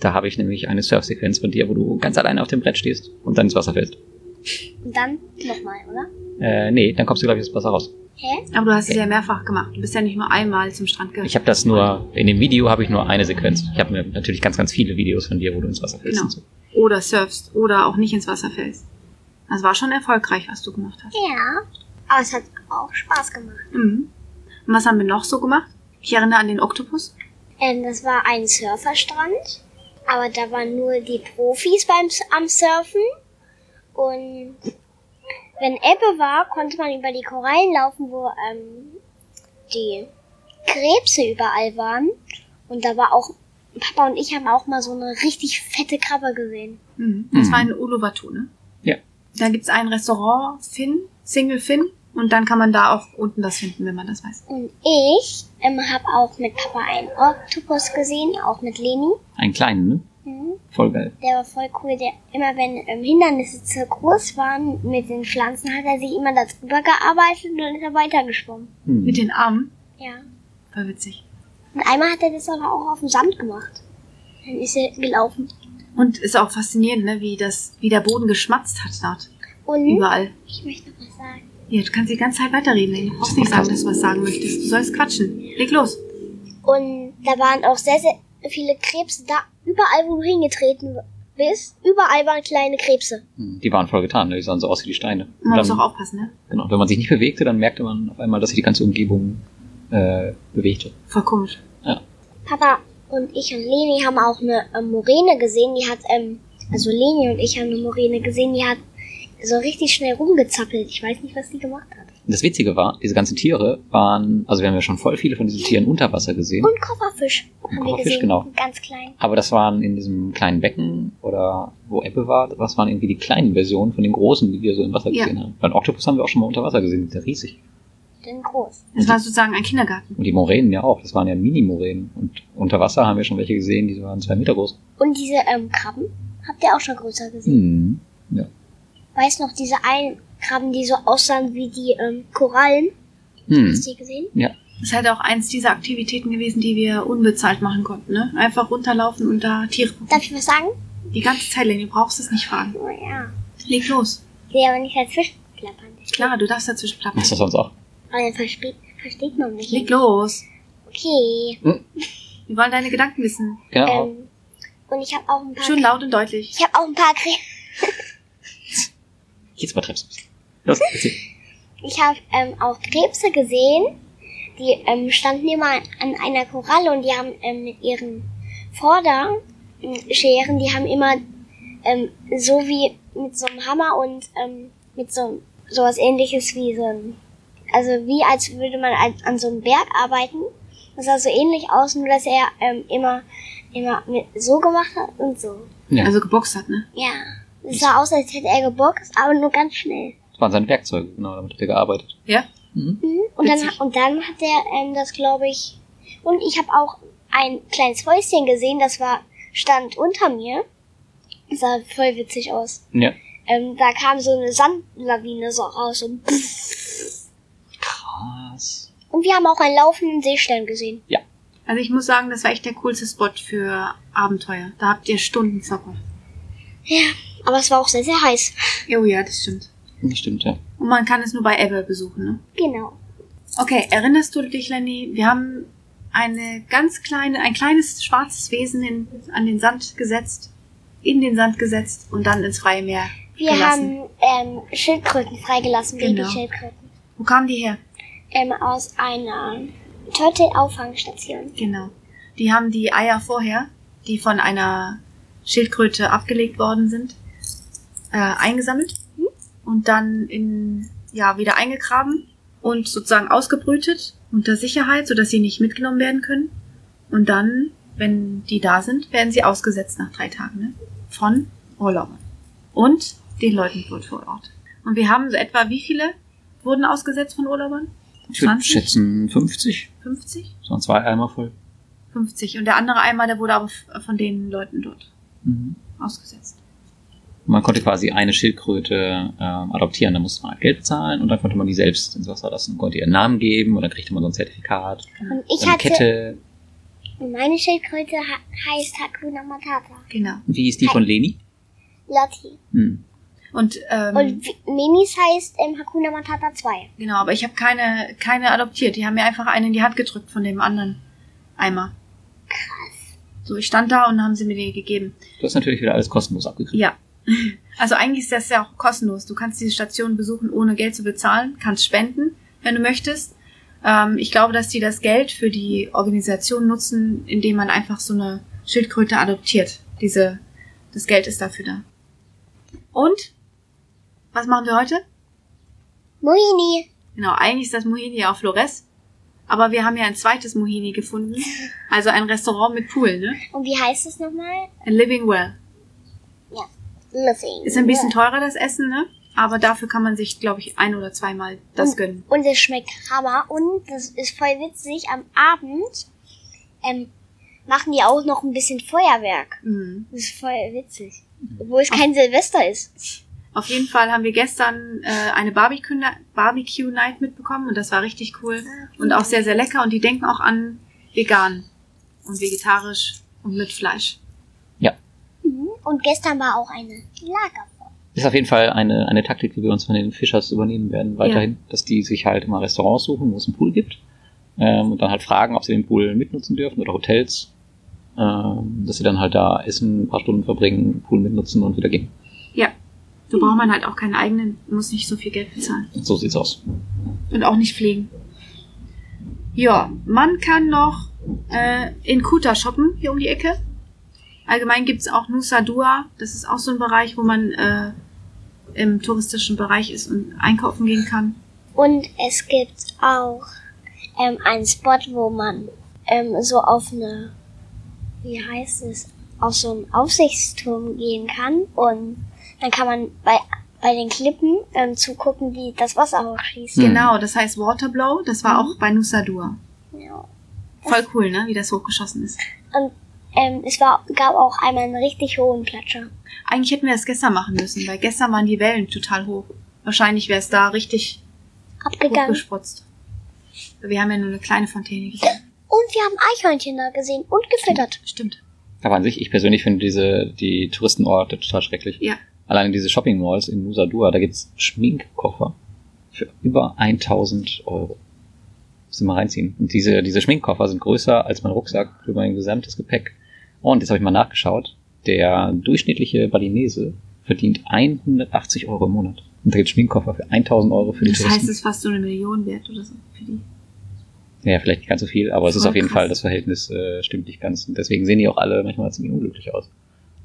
[SPEAKER 2] Da habe ich nämlich eine Surfsequenz von dir, wo du ganz alleine auf dem Brett stehst und dann ins Wasser fällst.
[SPEAKER 3] Und dann nochmal, oder?
[SPEAKER 2] Äh, nee, dann kommst du, glaube ich, ins Wasser raus.
[SPEAKER 3] Hä?
[SPEAKER 1] Aber du hast es ja mehrfach gemacht. Du bist ja nicht nur einmal zum Strand gegangen.
[SPEAKER 2] Ich habe das nur, in dem Video habe ich nur eine Sequenz. Ich habe mir natürlich ganz, ganz viele Videos von dir, wo du ins Wasser fällst.
[SPEAKER 1] Genau.
[SPEAKER 2] Und so.
[SPEAKER 1] Oder surfst oder auch nicht ins Wasser fällst. Das war schon erfolgreich, was du gemacht hast.
[SPEAKER 3] Ja. Aber es hat auch Spaß gemacht.
[SPEAKER 1] Mhm. Und was haben wir noch so gemacht? Ich erinnere an den Oktopus.
[SPEAKER 3] Ähm, das war ein Surferstrand, aber da waren nur die Profis beim S- am Surfen. Und wenn Ebbe war, konnte man über die Korallen laufen, wo ähm, die Krebse überall waren. Und da war auch Papa und ich haben auch mal so eine richtig fette Krabbe gesehen.
[SPEAKER 1] Mhm. Das
[SPEAKER 2] Mhm.
[SPEAKER 1] war in Uluwatu, ne?
[SPEAKER 2] Ja.
[SPEAKER 1] Da gibt's ein Restaurant, Finn, Single Finn. Und dann kann man da auch unten das finden, wenn man das weiß.
[SPEAKER 2] Mhm.
[SPEAKER 3] Und ich ähm, habe auch mit Papa einen Oktopus gesehen, auch mit Leni.
[SPEAKER 2] Einen kleinen, ne?
[SPEAKER 3] Mhm.
[SPEAKER 2] Voll geil.
[SPEAKER 3] Der war voll cool. Der, immer wenn ähm, Hindernisse zu groß waren mit den Pflanzen, hat er sich immer da drüber gearbeitet und dann ist er weitergeschwommen.
[SPEAKER 2] Hm.
[SPEAKER 1] Mit den Armen.
[SPEAKER 3] Ja.
[SPEAKER 1] War witzig.
[SPEAKER 3] Und einmal hat er das aber auch auf dem Sand gemacht. Dann ist er gelaufen.
[SPEAKER 1] Und ist auch faszinierend, ne? wie, das, wie der Boden geschmatzt hat dort.
[SPEAKER 3] Und
[SPEAKER 1] Überall.
[SPEAKER 3] ich möchte noch was sagen.
[SPEAKER 1] Ja, du kannst die ganze Zeit weiterreden. Leni. Du brauchst nicht sagen, dass du was sagen möchtest. Du sollst quatschen. Leg los.
[SPEAKER 3] Und da waren auch sehr, sehr viele Krebse da. Überall, wo du hingetreten bist, überall waren kleine Krebse.
[SPEAKER 2] Hm, Die waren voll getan, ne? die sahen so aus wie die Steine. Und
[SPEAKER 1] Man muss
[SPEAKER 2] dann-
[SPEAKER 1] auch aufpassen, ne?
[SPEAKER 2] Genau, wenn man sich nicht bewegte, dann merkte man auf einmal, dass sich die ganze Umgebung äh, bewegte.
[SPEAKER 1] Voll komisch.
[SPEAKER 3] Papa, und ich und Leni haben auch eine ähm, Moräne gesehen, die hat, ähm, also Leni und ich haben eine Moräne gesehen, die hat so richtig schnell rumgezappelt. Ich weiß nicht, was die gemacht hat.
[SPEAKER 2] Das Witzige war, diese ganzen Tiere waren, also wir haben ja schon voll viele von diesen Tieren unter Wasser gesehen.
[SPEAKER 3] Und Kofferfisch haben wir
[SPEAKER 2] Kofferfisch,
[SPEAKER 3] gesehen.
[SPEAKER 2] genau.
[SPEAKER 3] Ganz klein.
[SPEAKER 2] Aber das waren in diesem kleinen Becken oder wo Ebbe war, das waren irgendwie die kleinen Versionen von den großen, die wir so im Wasser
[SPEAKER 1] Ja.
[SPEAKER 2] gesehen haben. Weil einen Oktopus haben wir auch schon mal unter Wasser gesehen, die sind ja riesig.
[SPEAKER 3] Denn groß.
[SPEAKER 1] Das war sozusagen ein Kindergarten.
[SPEAKER 2] Und die Moränen ja auch, das waren ja Mini-Moränen. Und unter Wasser haben wir schon welche gesehen, die waren zwei Meter groß.
[SPEAKER 3] Und diese ähm, Krabben habt ihr auch schon größer gesehen.
[SPEAKER 2] Mhm. Ja.
[SPEAKER 3] Weißt noch, diese einen Krabben, die so aussahen wie die ähm, Korallen?
[SPEAKER 2] Mhm.
[SPEAKER 3] Hast du die gesehen?
[SPEAKER 1] Das ist halt auch eins dieser Aktivitäten gewesen, die wir unbezahlt machen konnten, ne? Einfach runterlaufen und da Tiere gucken.
[SPEAKER 3] Darf ich was sagen?
[SPEAKER 1] Die ganze Zeit lang, du brauchst es nicht fragen.
[SPEAKER 3] Oh ja.
[SPEAKER 1] Leg los.
[SPEAKER 3] Ja, aber nicht als Fisch plappern.
[SPEAKER 1] Klar, du darfst dazwischen plappern.
[SPEAKER 2] Machst du das sonst auch?
[SPEAKER 3] Aber dann versteht, versteht man mich
[SPEAKER 1] Leg
[SPEAKER 3] nicht.
[SPEAKER 1] los.
[SPEAKER 3] Okay.
[SPEAKER 1] Wir wollen deine Gedanken wissen.
[SPEAKER 2] Genau.
[SPEAKER 3] Ähm, und ich habe auch ein paar.
[SPEAKER 1] Schön laut und deutlich.
[SPEAKER 3] Ich habe auch ein paar. Kre
[SPEAKER 2] Jetzt übertreibst du ein bisschen. Los, erzähl.
[SPEAKER 3] Ich habe ähm, auch Krebse gesehen. Die ähm, standen immer an einer Koralle und die haben ähm, mit ihren Vorderscheren, die haben immer ähm, so wie mit so einem Hammer und ähm, mit so sowas ähnliches wie so ein, also wie als würde man an, an so einem Berg arbeiten. Das sah so ähnlich aus, nur dass er ähm, immer immer mit so gemacht hat und so.
[SPEAKER 2] Ja.
[SPEAKER 1] Also geboxt hat, ne?
[SPEAKER 3] Ja, es sah aus, als hätte er geboxt, aber nur ganz schnell.
[SPEAKER 2] Das waren seine Werkzeuge, genau, damit hat er gearbeitet.
[SPEAKER 1] Ja?
[SPEAKER 2] Mhm.
[SPEAKER 3] Und dann,
[SPEAKER 1] Witzig.
[SPEAKER 3] und dann hat er ähm, das, glaube ich. Und ich habe auch ein kleines Häuschen gesehen, das war stand unter mir. Das sah voll witzig aus.
[SPEAKER 2] Ja.
[SPEAKER 3] Ähm, da kam so eine Sandlawine so raus und,
[SPEAKER 2] Krass.
[SPEAKER 3] und wir haben auch einen laufenden Seestern gesehen.
[SPEAKER 1] Also ich muss sagen, das war echt der coolste Spot für Abenteuer. Da habt ihr Stunden verbracht.
[SPEAKER 3] Aber es war auch sehr, sehr heiß.
[SPEAKER 1] Oh ja, das stimmt.
[SPEAKER 2] Das stimmt, ja.
[SPEAKER 1] Und man kann es nur bei Ebbe besuchen, ne?
[SPEAKER 3] Genau.
[SPEAKER 1] Okay, erinnerst du dich, Lenny? Wir haben eine ganz kleine, ein kleines schwarzes Wesen in, an den Sand gesetzt, in den Sand gesetzt und dann ins freie Meer
[SPEAKER 3] Wir
[SPEAKER 1] gelassen.
[SPEAKER 3] haben ähm, Schildkröten freigelassen,
[SPEAKER 1] Genau.
[SPEAKER 3] Babyschildkröten.
[SPEAKER 1] Wo kamen die her?
[SPEAKER 3] Ähm, aus einer Turtle-Auffangstation.
[SPEAKER 1] Genau. Die haben die Eier vorher, die von einer Schildkröte abgelegt worden sind, äh, eingesammelt und dann in, ja, wieder eingegraben und sozusagen ausgebrütet unter Sicherheit, sodass sie nicht mitgenommen werden können. Und dann, wenn die da sind, werden sie ausgesetzt nach drei Tagen, ne? Von Urlaubern. Und den Leuten dort vor Ort. Und wir haben so etwa wie viele wurden ausgesetzt von Urlaubern?
[SPEAKER 2] Ich würde
[SPEAKER 1] 20?
[SPEAKER 2] schätzen 50.
[SPEAKER 1] 50?
[SPEAKER 2] Das waren zwei Eimer voll.
[SPEAKER 1] 50. Und der andere einmal, der wurde aber f- von den Leuten dort
[SPEAKER 2] Mhm.
[SPEAKER 1] ausgesetzt.
[SPEAKER 2] Man konnte quasi eine Schildkröte ähm, adoptieren. Da musste man halt Geld bezahlen und dann konnte man die selbst ins Wasser lassen. Man konnte ihr einen Namen geben und dann kriegte man so ein Zertifikat,
[SPEAKER 3] Und ich
[SPEAKER 2] so eine
[SPEAKER 3] hatte,
[SPEAKER 2] Kette.
[SPEAKER 3] meine Schildkröte ha heißt Hakuna Matata.
[SPEAKER 1] Genau.
[SPEAKER 2] Wie ist die von Leni?
[SPEAKER 3] Lottie.
[SPEAKER 2] Hm.
[SPEAKER 1] Und, ähm,
[SPEAKER 3] Und wie- Minis heißt ähm, Hakuna Matata 2.
[SPEAKER 1] genau, aber ich habe keine, keine adoptiert. Die haben mir einfach einen in die Hand gedrückt von dem anderen Eimer. Krass. So, ich stand da und haben sie mir die gegeben.
[SPEAKER 2] Du hast natürlich wieder alles kostenlos abgekriegt.
[SPEAKER 1] Ja. Also eigentlich ist das ja auch kostenlos. Du kannst diese Station besuchen, ohne Geld zu bezahlen, kannst spenden, wenn du möchtest. Ähm, ich glaube, dass die das Geld für die Organisation nutzen, indem man einfach so eine Schildkröte adoptiert. Diese, das Geld ist dafür da. Und? Was machen wir heute?
[SPEAKER 3] Moini.
[SPEAKER 1] Genau, eigentlich ist das Mohini ja auf Flores. Aber wir haben ja ein zweites Mohini gefunden. Also ein Restaurant mit Pool, ne?
[SPEAKER 3] Und wie heißt es nochmal?
[SPEAKER 1] Ein Living Well.
[SPEAKER 3] Living.
[SPEAKER 1] Ist ein bisschen teurer, das Essen, ne? Aber dafür kann man sich, glaube ich, ein oder zweimal das
[SPEAKER 3] Mhm.
[SPEAKER 1] gönnen.
[SPEAKER 3] Und es schmeckt Hammer. Und das ist voll witzig. Am Abend ähm, machen die auch noch ein bisschen Feuerwerk.
[SPEAKER 1] Mhm.
[SPEAKER 3] Das ist voll witzig. Obwohl es kein Silvester ist.
[SPEAKER 1] Auf jeden Fall haben wir gestern äh, eine Barbecue, Barbecue Night mitbekommen und das war richtig cool und auch sehr, sehr lecker. Und die denken auch an vegan und vegetarisch und mit Fleisch.
[SPEAKER 3] Mhm. Und gestern war auch eine Lagerfeuer.
[SPEAKER 2] Ist auf jeden Fall eine, eine Taktik, die wir uns von den Fischers übernehmen werden, weiterhin, dass die sich halt immer Restaurants suchen, wo es einen Pool gibt. Ähm, und dann halt fragen, ob sie den Pool mitnutzen dürfen oder Hotels. Ähm, dass sie dann halt da essen, ein paar Stunden verbringen, Pool mitnutzen und wieder gehen.
[SPEAKER 1] Ja, so braucht man halt auch keinen eigenen, muss nicht so viel Geld bezahlen
[SPEAKER 2] So sieht's aus.
[SPEAKER 1] und auch nicht fliegen. Ja, man kann noch äh, in Kuta shoppen, hier um die Ecke. Allgemein gibt's auch Nusa Dua. Das ist auch so ein Bereich, wo man äh, im touristischen Bereich ist und einkaufen gehen kann.
[SPEAKER 3] Und es gibt auch ähm, einen Spot, wo man ähm, so auf eine, wie heißt es, auf so einen Aufsichtsturm gehen kann. Und dann kann man bei, bei den Klippen ähm, zugucken, wie das Wasser hochschießt.
[SPEAKER 2] Hm.
[SPEAKER 1] Genau, das heißt Waterblow. Das war auch bei Nusa Dua.
[SPEAKER 3] Ja.
[SPEAKER 1] Voll cool, ne? Wie das hochgeschossen ist.
[SPEAKER 3] Ähm, es war, gab auch einmal einen richtig hohen Platscher.
[SPEAKER 1] Eigentlich hätten wir das gestern machen müssen, weil gestern waren die Wellen total hoch. Wahrscheinlich wäre es da richtig
[SPEAKER 3] Abgegangen.
[SPEAKER 1] hochgespritzt. Wir haben ja nur eine kleine Fontäne gesehen.
[SPEAKER 3] Und wir haben Eichhörnchen da gesehen und gefüttert.
[SPEAKER 1] Stimmt.
[SPEAKER 2] Aber an sich, ich persönlich finde diese, die Touristenorte total schrecklich.
[SPEAKER 1] Ja.
[SPEAKER 2] Alleine diese Shopping Malls in Nusa Dua, da gibt's Schminkkoffer für über 1000 Euro. Müssen wir mal reinziehen. Und diese, diese Schminkkoffer sind größer als mein Rucksack für mein gesamtes Gepäck. Und jetzt habe ich mal nachgeschaut. Der durchschnittliche Balinese verdient 180 Euro im Monat. Und da gibt's Schminkkoffer für 1000 Euro für die
[SPEAKER 1] Das heißt,
[SPEAKER 2] Touristen.
[SPEAKER 1] es ist fast so eine Million wert oder so für die.
[SPEAKER 2] Ja, vielleicht nicht ganz so viel, aber es ist
[SPEAKER 1] Voll
[SPEAKER 2] auf jeden
[SPEAKER 1] krass.
[SPEAKER 2] Fall, das Verhältnis äh, stimmt nicht ganz. Und deswegen sehen die auch alle manchmal ziemlich unglücklich aus.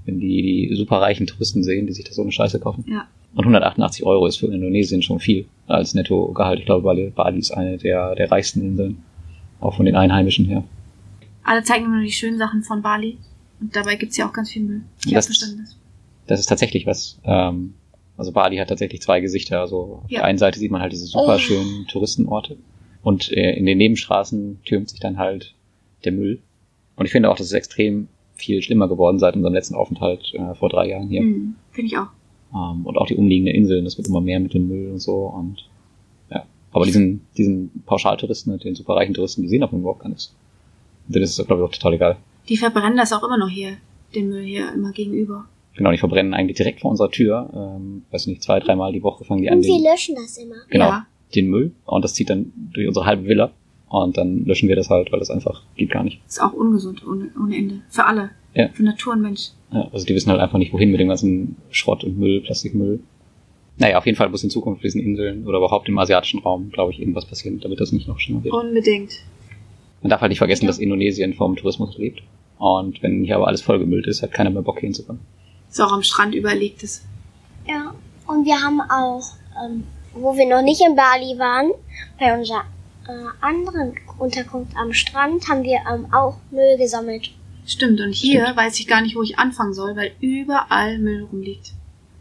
[SPEAKER 2] Wenn die, die superreichen Touristen sehen, die sich da so eine Scheiße kaufen.
[SPEAKER 1] Ja.
[SPEAKER 2] Und 188 Euro ist für Indonesien schon viel als Nettogehalt. Ich glaube, Bali, Bali ist eine der, der reichsten Inseln, auch von den Einheimischen her.
[SPEAKER 1] Alle zeigen immer nur die schönen Sachen von Bali. Und dabei gibt's ja auch ganz viel Müll. Ich habe
[SPEAKER 2] Das-
[SPEAKER 1] verstanden das.
[SPEAKER 2] Das ist tatsächlich was. Ähm, also Bali hat tatsächlich zwei Gesichter. Also
[SPEAKER 1] Ja.
[SPEAKER 2] auf
[SPEAKER 1] Oh.
[SPEAKER 2] der einen Seite sieht man halt diese super schönen Touristenorte und äh, in den Nebenstraßen türmt sich dann halt der Müll. Und ich finde auch, das ist extrem viel schlimmer geworden seit unserem letzten Aufenthalt äh, vor drei Jahren hier.
[SPEAKER 1] Mhm. Finde ich auch.
[SPEAKER 2] Ähm, und auch die umliegenden Inseln, das wird immer mehr mit dem Müll und so. Und ja. Aber diesen, diesen Pauschaltouristen und den superreichen Touristen, die sehen davon überhaupt gar nichts. Und denen ist es, glaube ich, auch total egal.
[SPEAKER 1] Die verbrennen das auch immer noch hier, den Müll hier immer gegenüber.
[SPEAKER 2] Genau, die verbrennen eigentlich direkt vor unserer Tür. Ähm, weiß nicht, zwei, dreimal die Woche fangen die an,
[SPEAKER 3] Und sie
[SPEAKER 2] den,
[SPEAKER 3] löschen das immer.
[SPEAKER 2] genau,
[SPEAKER 1] Ja.
[SPEAKER 2] den Müll. Und das zieht dann durch unsere halbe Villa. Und dann löschen wir das halt, weil das einfach geht gar nicht.
[SPEAKER 1] Ist auch ungesund ohne, ohne Ende. Für alle.
[SPEAKER 2] Ja.
[SPEAKER 1] Für Natur und Mensch.
[SPEAKER 2] Ja, also die wissen halt einfach nicht, wohin mit dem ganzen Schrott und Müll, Plastikmüll. Naja, auf jeden Fall muss in Zukunft auf diesen Inseln oder überhaupt im asiatischen Raum, glaube ich, irgendwas passieren, damit das nicht noch schlimmer wird.
[SPEAKER 1] Unbedingt.
[SPEAKER 2] Man darf halt nicht vergessen,
[SPEAKER 3] Ja.
[SPEAKER 2] dass Indonesien vom Tourismus lebt. Und wenn hier aber alles vollgemüllt ist, hat keiner mehr Bock hier hinzukommen.
[SPEAKER 1] Ist auch am Strand überlegt. Das
[SPEAKER 3] Ja. Und wir haben auch, ähm, wo wir noch nicht in Bali waren, bei unserer äh, anderen Unterkunft am Strand haben wir ähm, auch Müll gesammelt.
[SPEAKER 1] Stimmt, und hier
[SPEAKER 2] Stimmt.
[SPEAKER 1] weiß ich gar nicht, wo ich anfangen soll, weil überall Müll rumliegt.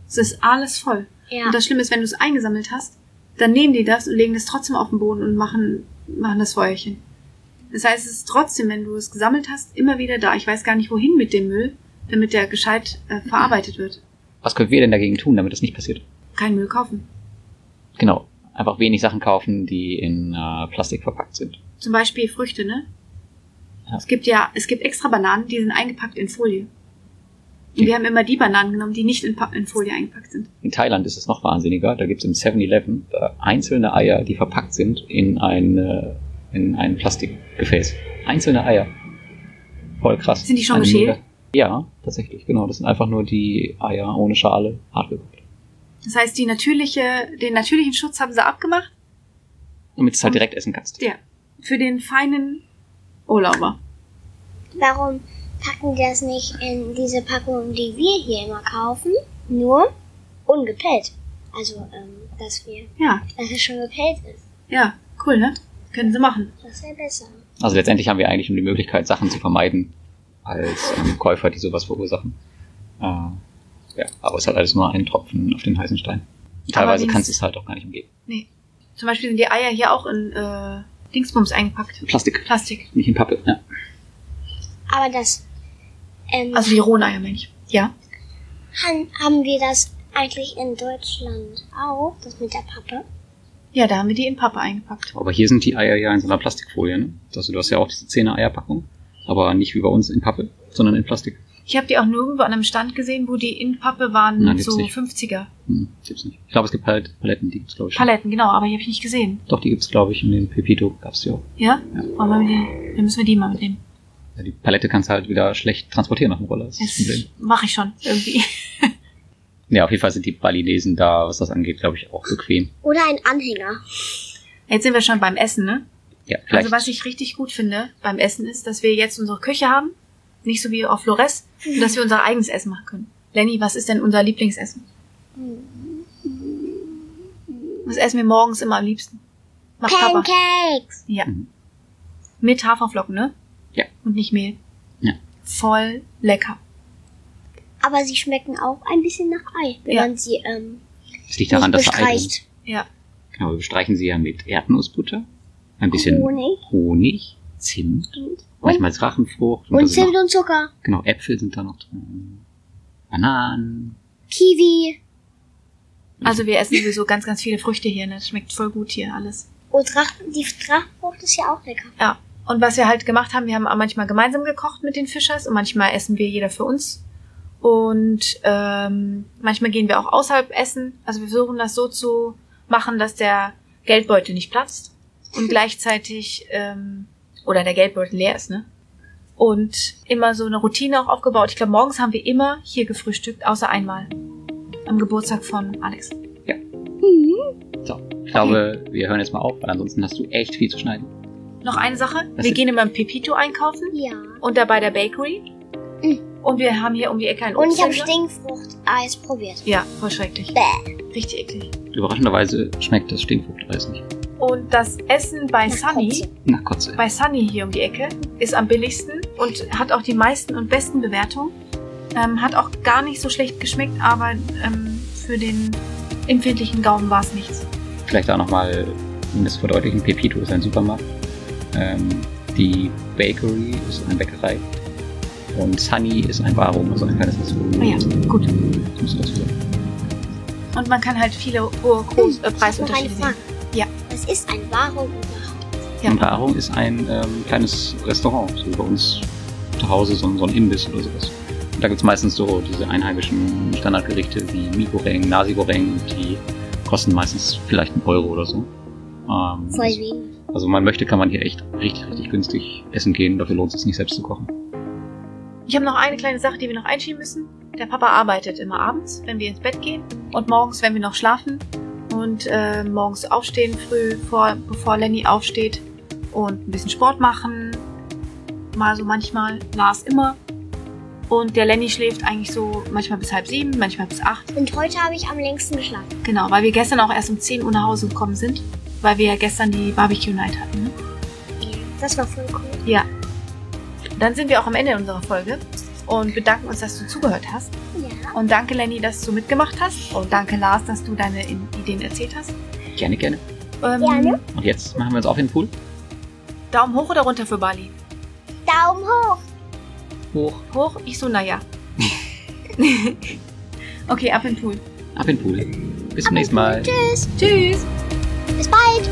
[SPEAKER 1] Es ist alles voll.
[SPEAKER 3] Ja.
[SPEAKER 1] Und das Schlimme ist, wenn du es eingesammelt hast, dann nehmen die das und legen das trotzdem auf den Boden und machen, machen das Feuerchen. Das heißt, es ist trotzdem, wenn du es gesammelt hast, immer wieder da. Ich weiß gar nicht, wohin mit dem Müll, damit der gescheit äh, verarbeitet wird.
[SPEAKER 2] Was können wir denn dagegen tun, damit das nicht passiert?
[SPEAKER 1] Kein Müll kaufen.
[SPEAKER 2] Genau. Einfach wenig Sachen kaufen, die in äh, Plastik verpackt sind.
[SPEAKER 1] Zum Beispiel Früchte, ne?
[SPEAKER 2] Ja.
[SPEAKER 1] Es gibt ja, es gibt extra Bananen, die sind eingepackt in Folie. Und wir haben immer die Bananen genommen, die nicht in, Pa- in Folie eingepackt sind.
[SPEAKER 2] In Thailand ist es noch wahnsinniger. Da gibt's im 7-Eleven äh, einzelne Eier, die verpackt sind in, eine, in ein Plastikgefäß. Einzelne Eier. Voll krass.
[SPEAKER 1] Sind die schon
[SPEAKER 2] Eine
[SPEAKER 1] geschält?
[SPEAKER 2] mega- Ja, tatsächlich, genau. Das sind einfach nur die Eier ohne Schale, hart gekocht.
[SPEAKER 1] Das heißt, die natürliche, den natürlichen Schutz haben sie abgemacht
[SPEAKER 2] Damit du es halt direkt essen kannst.
[SPEAKER 1] für den feinen Urlauber.
[SPEAKER 3] Warum packen die das nicht in diese Packung, die wir hier immer kaufen? Nur ungepellt. Also, ähm, dass wir,
[SPEAKER 1] Ja,
[SPEAKER 3] dass es schon gepellt ist.
[SPEAKER 1] ja, cool, ne? Können sie machen.
[SPEAKER 3] Das wäre besser.
[SPEAKER 2] Also letztendlich haben wir eigentlich nur die Möglichkeit, Sachen zu vermeiden, als ähm, Käufer, die sowas verursachen. Äh, ja, aber es ist halt alles nur ein Tropfen auf den heißen Stein. Teilweise
[SPEAKER 1] wenigstens-
[SPEAKER 2] kannst du es halt auch gar nicht umgehen.
[SPEAKER 1] Nee. Zum Beispiel sind die Eier hier auch in äh, Dingsbums eingepackt.
[SPEAKER 2] Plastik,
[SPEAKER 1] Plastik.
[SPEAKER 2] nicht in Pappe. Ja.
[SPEAKER 3] Aber das, ähm,
[SPEAKER 1] Also die rohen Eier, meine ich. Ja.
[SPEAKER 3] han, haben wir das eigentlich in Deutschland auch, das mit der Pappe?
[SPEAKER 1] Ja, da haben wir die in Pappe eingepackt.
[SPEAKER 2] Aber hier sind die Eier ja in so einer Plastikfolie, ne? Also du hast ja auch diese 10er Eierpackung, aber nicht wie bei uns in Pappe, sondern in Plastik.
[SPEAKER 1] Ich habe die auch nirgendwo an einem Stand gesehen, wo die in Pappe waren,
[SPEAKER 2] Nein, gibt's
[SPEAKER 1] so
[SPEAKER 2] nicht.
[SPEAKER 1] 50er.
[SPEAKER 2] Hm, gibt's nicht. Ich glaube, es gibt halt Paletten, die gibt's glaube ich. schon.
[SPEAKER 1] Paletten, genau, aber die habe ich nicht gesehen.
[SPEAKER 2] Doch, die gibt's glaube ich in den Pepito gab's die auch.
[SPEAKER 1] Ja?
[SPEAKER 2] Ja.
[SPEAKER 1] Wollen wir die, dann müssen wir die mal mitnehmen.
[SPEAKER 2] Ja, die Palette kannst du halt wieder schlecht transportieren auf dem Roller. Das ist das
[SPEAKER 1] Das
[SPEAKER 2] Problem.
[SPEAKER 1] mache ich schon irgendwie.
[SPEAKER 2] Ja, auf jeden Fall sind die Balinesen da, was das angeht, glaube ich, auch bequem.
[SPEAKER 3] Oder ein Anhänger?
[SPEAKER 1] Jetzt sind wir schon beim Essen, ne?
[SPEAKER 2] Ja,
[SPEAKER 1] Also
[SPEAKER 2] vielleicht.
[SPEAKER 1] was ich richtig gut finde beim Essen ist, dass wir jetzt unsere Küche haben, nicht so wie auf Flores, und dass wir unser eigenes Essen machen können. Lenny, was ist denn unser Lieblingsessen? Was essen wir morgens immer am liebsten? Macht Papa.
[SPEAKER 3] Pancakes.
[SPEAKER 1] Ja.
[SPEAKER 2] Mhm.
[SPEAKER 1] Mit Haferflocken, ne?
[SPEAKER 2] Ja.
[SPEAKER 1] Und nicht Mehl.
[SPEAKER 2] Ja.
[SPEAKER 1] Voll lecker.
[SPEAKER 3] Aber sie schmecken auch ein bisschen nach Ei, wenn
[SPEAKER 1] Ja.
[SPEAKER 3] man sie ähm,
[SPEAKER 2] es liegt daran, dass
[SPEAKER 3] nicht
[SPEAKER 2] da Ei drin ist.
[SPEAKER 3] bestreicht.
[SPEAKER 1] Ja.
[SPEAKER 2] Genau, wir bestreichen sie ja mit Erdnussbutter, ein bisschen
[SPEAKER 3] Honig.
[SPEAKER 2] Honig, Zimt,
[SPEAKER 3] Und-
[SPEAKER 2] manchmal Drachenfrucht.
[SPEAKER 3] Und
[SPEAKER 2] das ist
[SPEAKER 3] Zimt
[SPEAKER 2] noch,
[SPEAKER 3] und Zucker.
[SPEAKER 2] genau, Äpfel sind da noch drin. Bananen.
[SPEAKER 3] Kiwi
[SPEAKER 2] Mhm.
[SPEAKER 1] Also wir essen sowieso ganz, ganz viele Früchte hier, ne? Schmeckt voll gut hier alles.
[SPEAKER 3] und Oh, Drach die Drachenfrucht ist ja auch lecker.
[SPEAKER 1] Ja. Und was wir halt gemacht haben, wir haben manchmal gemeinsam gekocht mit den Fischers und manchmal essen wir jeder für uns. Und ähm, manchmal gehen wir auch außerhalb essen. Also wir versuchen das so zu machen, dass der Geldbeutel nicht platzt und gleichzeitig ähm, oder der Geldbeutel leer ist, ne? Und immer so eine Routine auch aufgebaut. Ich glaube, morgens haben wir immer hier gefrühstückt, außer einmal am Geburtstag von Alex.
[SPEAKER 2] Ich glaube, wir hören jetzt mal auf, weil ansonsten hast du echt viel zu schneiden.
[SPEAKER 1] Noch eine Sache:
[SPEAKER 2] Was
[SPEAKER 1] Wir
[SPEAKER 2] ist-
[SPEAKER 1] gehen immer im Pepito einkaufen.
[SPEAKER 3] Ja.
[SPEAKER 1] und da bei der Bakery. Und wir haben hier um die Ecke ein
[SPEAKER 3] Hm. Und ich habe
[SPEAKER 1] Obsthändler.
[SPEAKER 3] Stinkfrucht-Eis probiert.
[SPEAKER 1] Ja, voll schrecklich.
[SPEAKER 3] Bäh.
[SPEAKER 1] Richtig eklig.
[SPEAKER 2] Überraschenderweise schmeckt das Stinkfruchteis nicht. Und
[SPEAKER 1] das Essen bei
[SPEAKER 3] Nach
[SPEAKER 1] Sunny,
[SPEAKER 3] Kotze.
[SPEAKER 2] Nach Kotze.
[SPEAKER 1] bei Sunny hier um die Ecke, ist am billigsten und hat auch die meisten und besten Bewertungen. Ähm, hat auch gar nicht so schlecht geschmeckt, aber ähm, für den empfindlichen Gaumen war es nichts.
[SPEAKER 2] Vielleicht auch nochmal, um das zu verdeutlichen, Pepito ist ein Supermarkt. Ähm, die Bakery ist eine Bäckerei. Und Sunny ist ein Warum, also ein kleines Restaurant.
[SPEAKER 1] Ah ja, gut.
[SPEAKER 2] Das musst du dazu sagen.
[SPEAKER 1] Und man kann halt viele
[SPEAKER 3] Hm,
[SPEAKER 1] hohe Groß äh,
[SPEAKER 3] Ich hab noch eine
[SPEAKER 1] Preisunterschiede sehen.
[SPEAKER 3] Frage.
[SPEAKER 1] Ja.
[SPEAKER 3] Was ist ein Waro überhaupt?
[SPEAKER 1] Ja.
[SPEAKER 2] Und Warum ist ein ähm, kleines Restaurant, so bei uns zu Hause, so, ein- so ein Imbiss oder sowas. Und da gibt es meistens so diese einheimischen Standardgerichte wie Migoreng, Nasi-Goreng und die kosten meistens vielleicht einen Euro oder so. Ähm,
[SPEAKER 3] Voll wenig.
[SPEAKER 2] Also man möchte, kann man hier echt richtig, richtig günstig essen gehen. Dafür lohnt es sich nicht selbst zu kochen.
[SPEAKER 1] Ich habe noch eine kleine Sache, die wir noch einschieben müssen. Der Papa arbeitet immer abends, wenn wir ins Bett gehen und morgens, wenn wir noch schlafen und äh, morgens aufstehen früh, vor, bevor Lenny aufsteht und ein bisschen Sport machen. Mal so manchmal, Lars immer. Und der Lenny schläft eigentlich so manchmal bis halb sieben, manchmal bis acht.
[SPEAKER 3] Und heute habe ich am längsten geschlafen.
[SPEAKER 1] Genau, weil wir gestern auch erst um 10 Uhr nach Hause gekommen sind, weil wir ja gestern die Barbecue Night hatten. Ne?
[SPEAKER 3] Ja. Das war voll cool.
[SPEAKER 1] Dann sind wir auch am Ende unserer Folge und bedanken uns, dass du zugehört hast.
[SPEAKER 3] Ja.
[SPEAKER 1] Und danke, Lenny, dass du mitgemacht hast. Und danke, Lars, dass du deine In- Ideen erzählt hast.
[SPEAKER 2] Gerne, gerne.
[SPEAKER 1] Ähm,
[SPEAKER 3] Gerne.
[SPEAKER 2] Und jetzt machen wir uns auf in den Pool.
[SPEAKER 1] Daumen hoch oder runter für Bali?
[SPEAKER 3] Daumen hoch.
[SPEAKER 2] Hoch,
[SPEAKER 1] Hoch, ich so, naja. okay, ab in den Pool.
[SPEAKER 2] ab in den Pool. Bis zum nächsten Mal.
[SPEAKER 3] Tschüss.
[SPEAKER 1] Tschüss.
[SPEAKER 3] Bis bald.